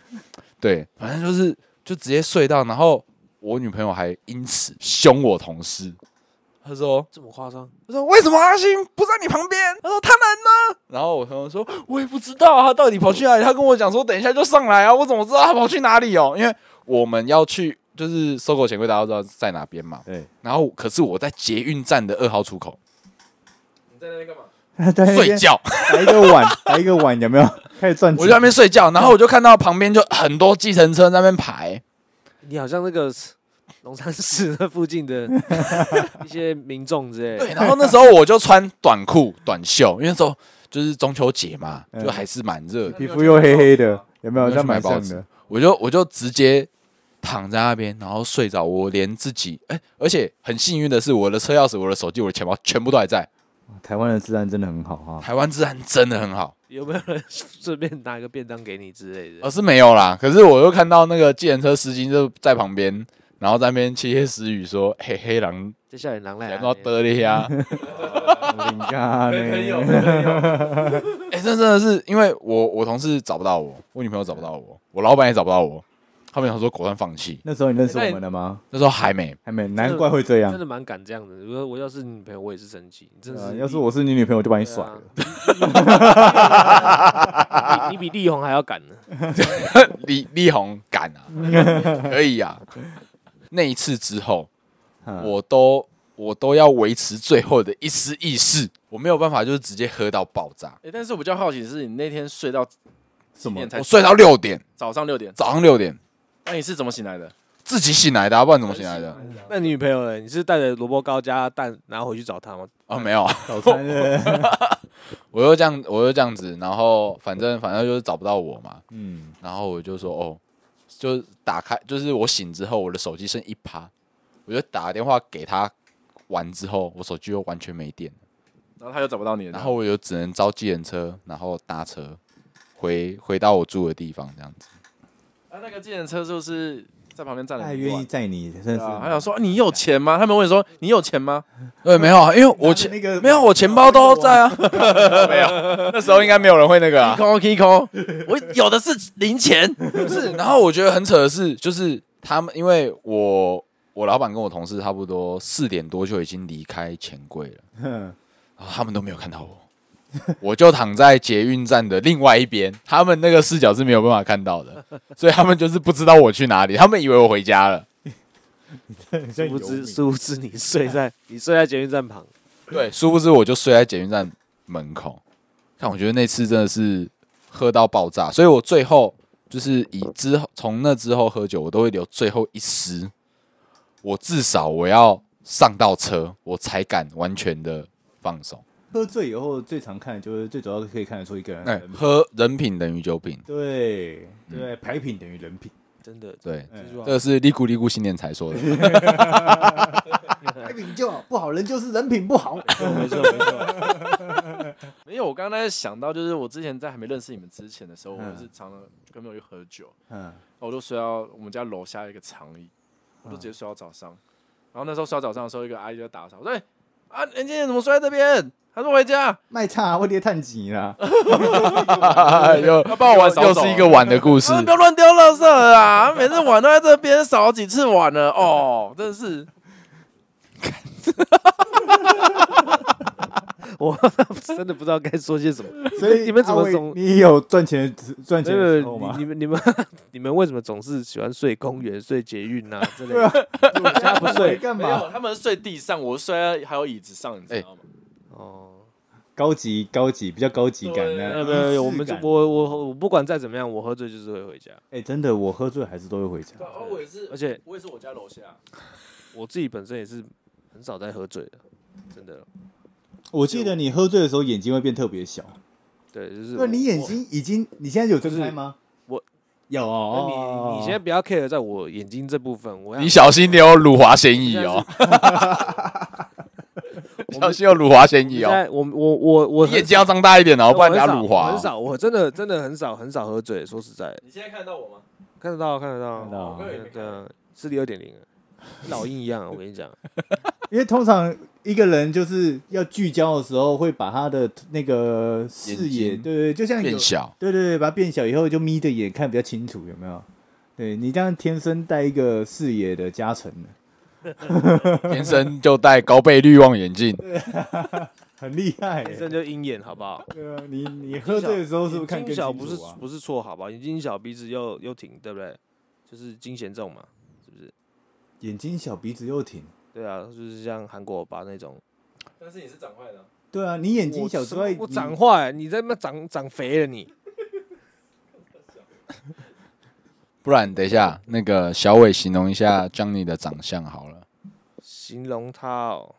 A: 对，反正就是就直接睡到，然后我女朋友还因此凶我同事，她说
D: 这么夸张？
A: 他说：“为什么阿星不在你旁边？”他说：“他们呢？”然后我朋友说：“我也不知道啊，他到底跑去哪里？”他跟我讲说：“等一下就上来啊，我怎么知道他跑去哪里哦？因为我们要去就是搜狗钱柜，大家都知道在哪边嘛。
B: 对，
A: 然后可是我在捷运站的二号出
B: (laughs)
A: 口
D: 你在那边干嘛？
B: 他在那
A: 睡
B: 边 (laughs)
A: 觉，
B: 来一个碗， (laughs) 来一个碗，有没有？开始赚
A: 我就在那
B: 钱。
A: 边睡觉，然后我就看到旁边就很多计程车在那边排，
D: 你好像那个 (laughs) 龙山寺那附
A: (laughs)
D: 近的一些民众之类的。
A: 对，然后那时候我就穿短裤短袖，因为那时候就是中秋节嘛，
B: 嗯
A: 就还是蛮热的。
B: 皮肤又黑黑的，有没有？
A: 你要
B: 那
A: 去买
B: 蛮
A: 报
B: 像
A: 纸
B: 的。
A: 我就我就直接躺在那边，然后睡着。我连自己，哎、而且很幸运的是，我的车钥匙、我的手机、我的钱包全部都还在。
B: 台湾的治安真的很好
A: (laughs)
B: 啊哈。
A: 台湾治安真的很好，
D: 有没有人 (laughs) 顺便拿一个便当给你之类
A: 而
D: 的？
A: 是没有啦。可是我又看到那个计程车司机就在旁边，然后在那边窃窃私语说：“嘿，黑狼
D: 这校园狼来
A: 讲
D: 啊
A: 到！得了呀。
B: 林
A: 啊哦
B: 家呢？
A: (laughs) 哎、这真的是因为我我同事找不到我，我女朋友找不到我，我老板也找不到我，他们想说果断放弃。
B: (laughs) 那时候你认识我们了吗？
A: 那时候还没，
B: 还没，难怪会这
D: 真
B: 样。
D: 的蛮敢这样的。如果我要是你女朋友，我也是生气。你真的
B: 啊
D: 是，
B: 要是我是你女朋友，
D: 啊
B: 我就把你
D: (laughs)
B: 甩了。
D: 了，你比力宏还要敢呢。
A: 力力宏敢啊，可以啊。那一次之后，
B: 嗯
A: 啊我都我都要维持最后的一丝意识，我没有办法就是直接喝到爆炸。
C: 哎、但是我比较好奇的是，你那天睡到
B: 什
C: 几点
B: 么？
C: 才
A: 我睡到六点，
C: 早上六点，
A: 早上六点
C: 那、你是怎么醒来的？
A: 自己醒来的、啊，不然怎么醒来的？
D: (laughs) 那你女朋友呢？你是带着萝卜糕加蛋，然后回去找她吗？
A: 啊，没有，(laughs)
B: 早餐的。
A: 我又这样，我又这样子，然后反正反正就是找不到我嘛，
B: 嗯，
A: 然后我就说哦，就打开，就是我醒之后，我的手机剩一趴，我就打电话给他完之后，我手机又完全没电。
C: 然后他又找不到你了，
A: 然后我就只能招计程车，然后搭车回回到我住的地方，这样子。
C: 啊，那个计程车就是在旁边站
B: 他
C: 了
B: 还
C: 很
B: 愿意
C: 晚。
B: 载你，真
C: 对
B: 的是
C: 啊，他想说你有钱吗？他们问说你有钱吗？
A: 对，没有啊，因为我
B: 拿着
A: 钱
B: 那个
A: 没有，我钱包都在
B: (laughs)
A: 啊， (laughs) 没有。那时候应该没有人会那个啊。
C: 空空空， (laughs) 我有的是零钱。
A: 不是，然后我觉得很扯的是，就是他们，因为我我老板跟我同事差不多四点多就已经离开钱柜了，
B: 哼
A: 然后他们都没有看到我，我就躺在捷运站的另外一边，他们那个视角是没有办法看到的，所以他们就是不知道我去哪里，他们以为我回家了。
B: 哎
D: 殊不知，殊不知你
B: (laughs)
D: 睡在你睡在捷运站旁，
A: 对，殊不知我就睡在捷运站门口。但我觉得那次真的是喝到爆炸，所以我最后就是以之后从那之后喝酒，我都会留最后一丝，我至少我要上到车，我才敢完全的放松。
B: 喝醉以后最常看的就是最主要可以看得出一个人的
A: 哎
B: 人，品
A: 喝人品等于酒品，
B: 对对，牌品等于人品，
D: 真的，
A: 对，
B: 哎
D: 这句话
A: 这是利咕利咕新年才说的。
B: 牌品就好，不好人就是人品不好。嗯
D: 没错没错，
C: 没有，我刚刚在想到，就是我之前在还没认识你们之前的时候，
B: 嗯
C: 我是常常跟朋友去喝酒，
B: 嗯，
C: 我都睡到我们家楼下一个长椅，我都直接睡到早上。然后那时候睡到早上的时候，一个阿姨就在打扫，我说：“哎啊，林今天怎么睡在这边？”她说：“回家。
B: 卖差啊会跌探级啦，
C: (laughs)
A: 又
C: 他帮我玩扫帚
A: 又是一个碗的故”事
C: (laughs) 她说：“。不要乱丢垃圾啊！每次碗都在这边，扫了几次碗了哦，真的是。
D: 我 (laughs) 真的不知道该说些什
B: (laughs)
D: 么。
B: 所以
D: 你们怎么
B: 阿伟
D: 总
B: 你有赚钱赚
D: 没
B: 钱
D: 有
B: 的
D: 没
B: 时候
D: 有，
B: 吗
D: 你？你们你 (laughs) 们你们为什么总是喜欢睡公园、睡捷运呐之
B: 啊
D: 类的？
B: 我家不 (laughs) 睡干
C: 没有，
B: 嘛？
C: 他们睡地上，我睡在还有椅子上，你知道吗？
D: 哦，
B: 高级高级比较高级感
C: 对
B: 呢？
D: 没有没有没有，我们
B: 仪式
D: 就
B: 感
D: 我我我不管再怎么样，我喝醉就是会回家，
B: 哎，真的，我喝醉还是都会回家。
C: 对，哦，我也是
D: 而，且
C: 我也是我家楼下。
D: 我自己本身也是很少在喝醉的，真的。
B: 我记得你喝醉的时候眼睛会变特别小，
D: 对，就是
B: 对，你
D: 我
B: 眼睛已经，你现在有睁开吗？
D: 我
B: 有
D: 那
B: 哦，
D: 你你先不要 care 在我眼睛这部分，我要
A: 你小心你有辱华嫌疑哦，
D: 我
A: 小
D: 们
A: 心有辱华嫌
D: 现
A: 疑哦。
D: 在我我我我
A: 你眼睛要张大一点哦，
D: 我
A: 不然
D: 很
A: 你要
D: 少
A: 辱华
D: 很
A: 哦。
D: 少，我真的真的很少很少喝醉，说实在的，
C: 你现在看得到我吗？
D: 看得到看得
B: 看
D: 到，
B: 到
C: 我刚刚也没看
D: 对
C: 到
D: 啊，视力二点零，老鹰一样啊，我跟
C: (laughs)
D: 你讲，
B: 因为通常一个人就是要聚焦的时候，会把他的那个视
A: 眼
B: 野，
A: 睛
B: 对对，就像有
A: 变，
D: (laughs)
A: 小，
B: 对对对，把它变小以后就眯着眼看比较清楚，有没有？对你这样天生带一个视野的加成的，
D: (laughs)
A: 天生就戴高倍率望远镜，
B: 很厉害、
D: 天生就鹰眼好不
C: (laughs)
D: 好？
B: 对啊，你你喝醉的时候是不是看
D: 眼
B: 更
D: 睛小不
B: 清
D: 是
B: 楚啊？
D: 不是错好不好？眼睛小鼻子又又挺，对不对？就是金贤重嘛，是不是？
B: 眼睛小，鼻子又挺。
D: 对啊，就是像韩国欧巴那种。
C: 但是你是长坏的啊。
B: 对啊，你眼睛
D: 我
B: 小
D: 什
B: 之
D: 么
B: 外，
D: 我
B: 你
D: 长坏，你在那长长肥了你。
A: 不然等一下那个小伟形容一下 Johnny 的长相好了。
D: 形容他哦，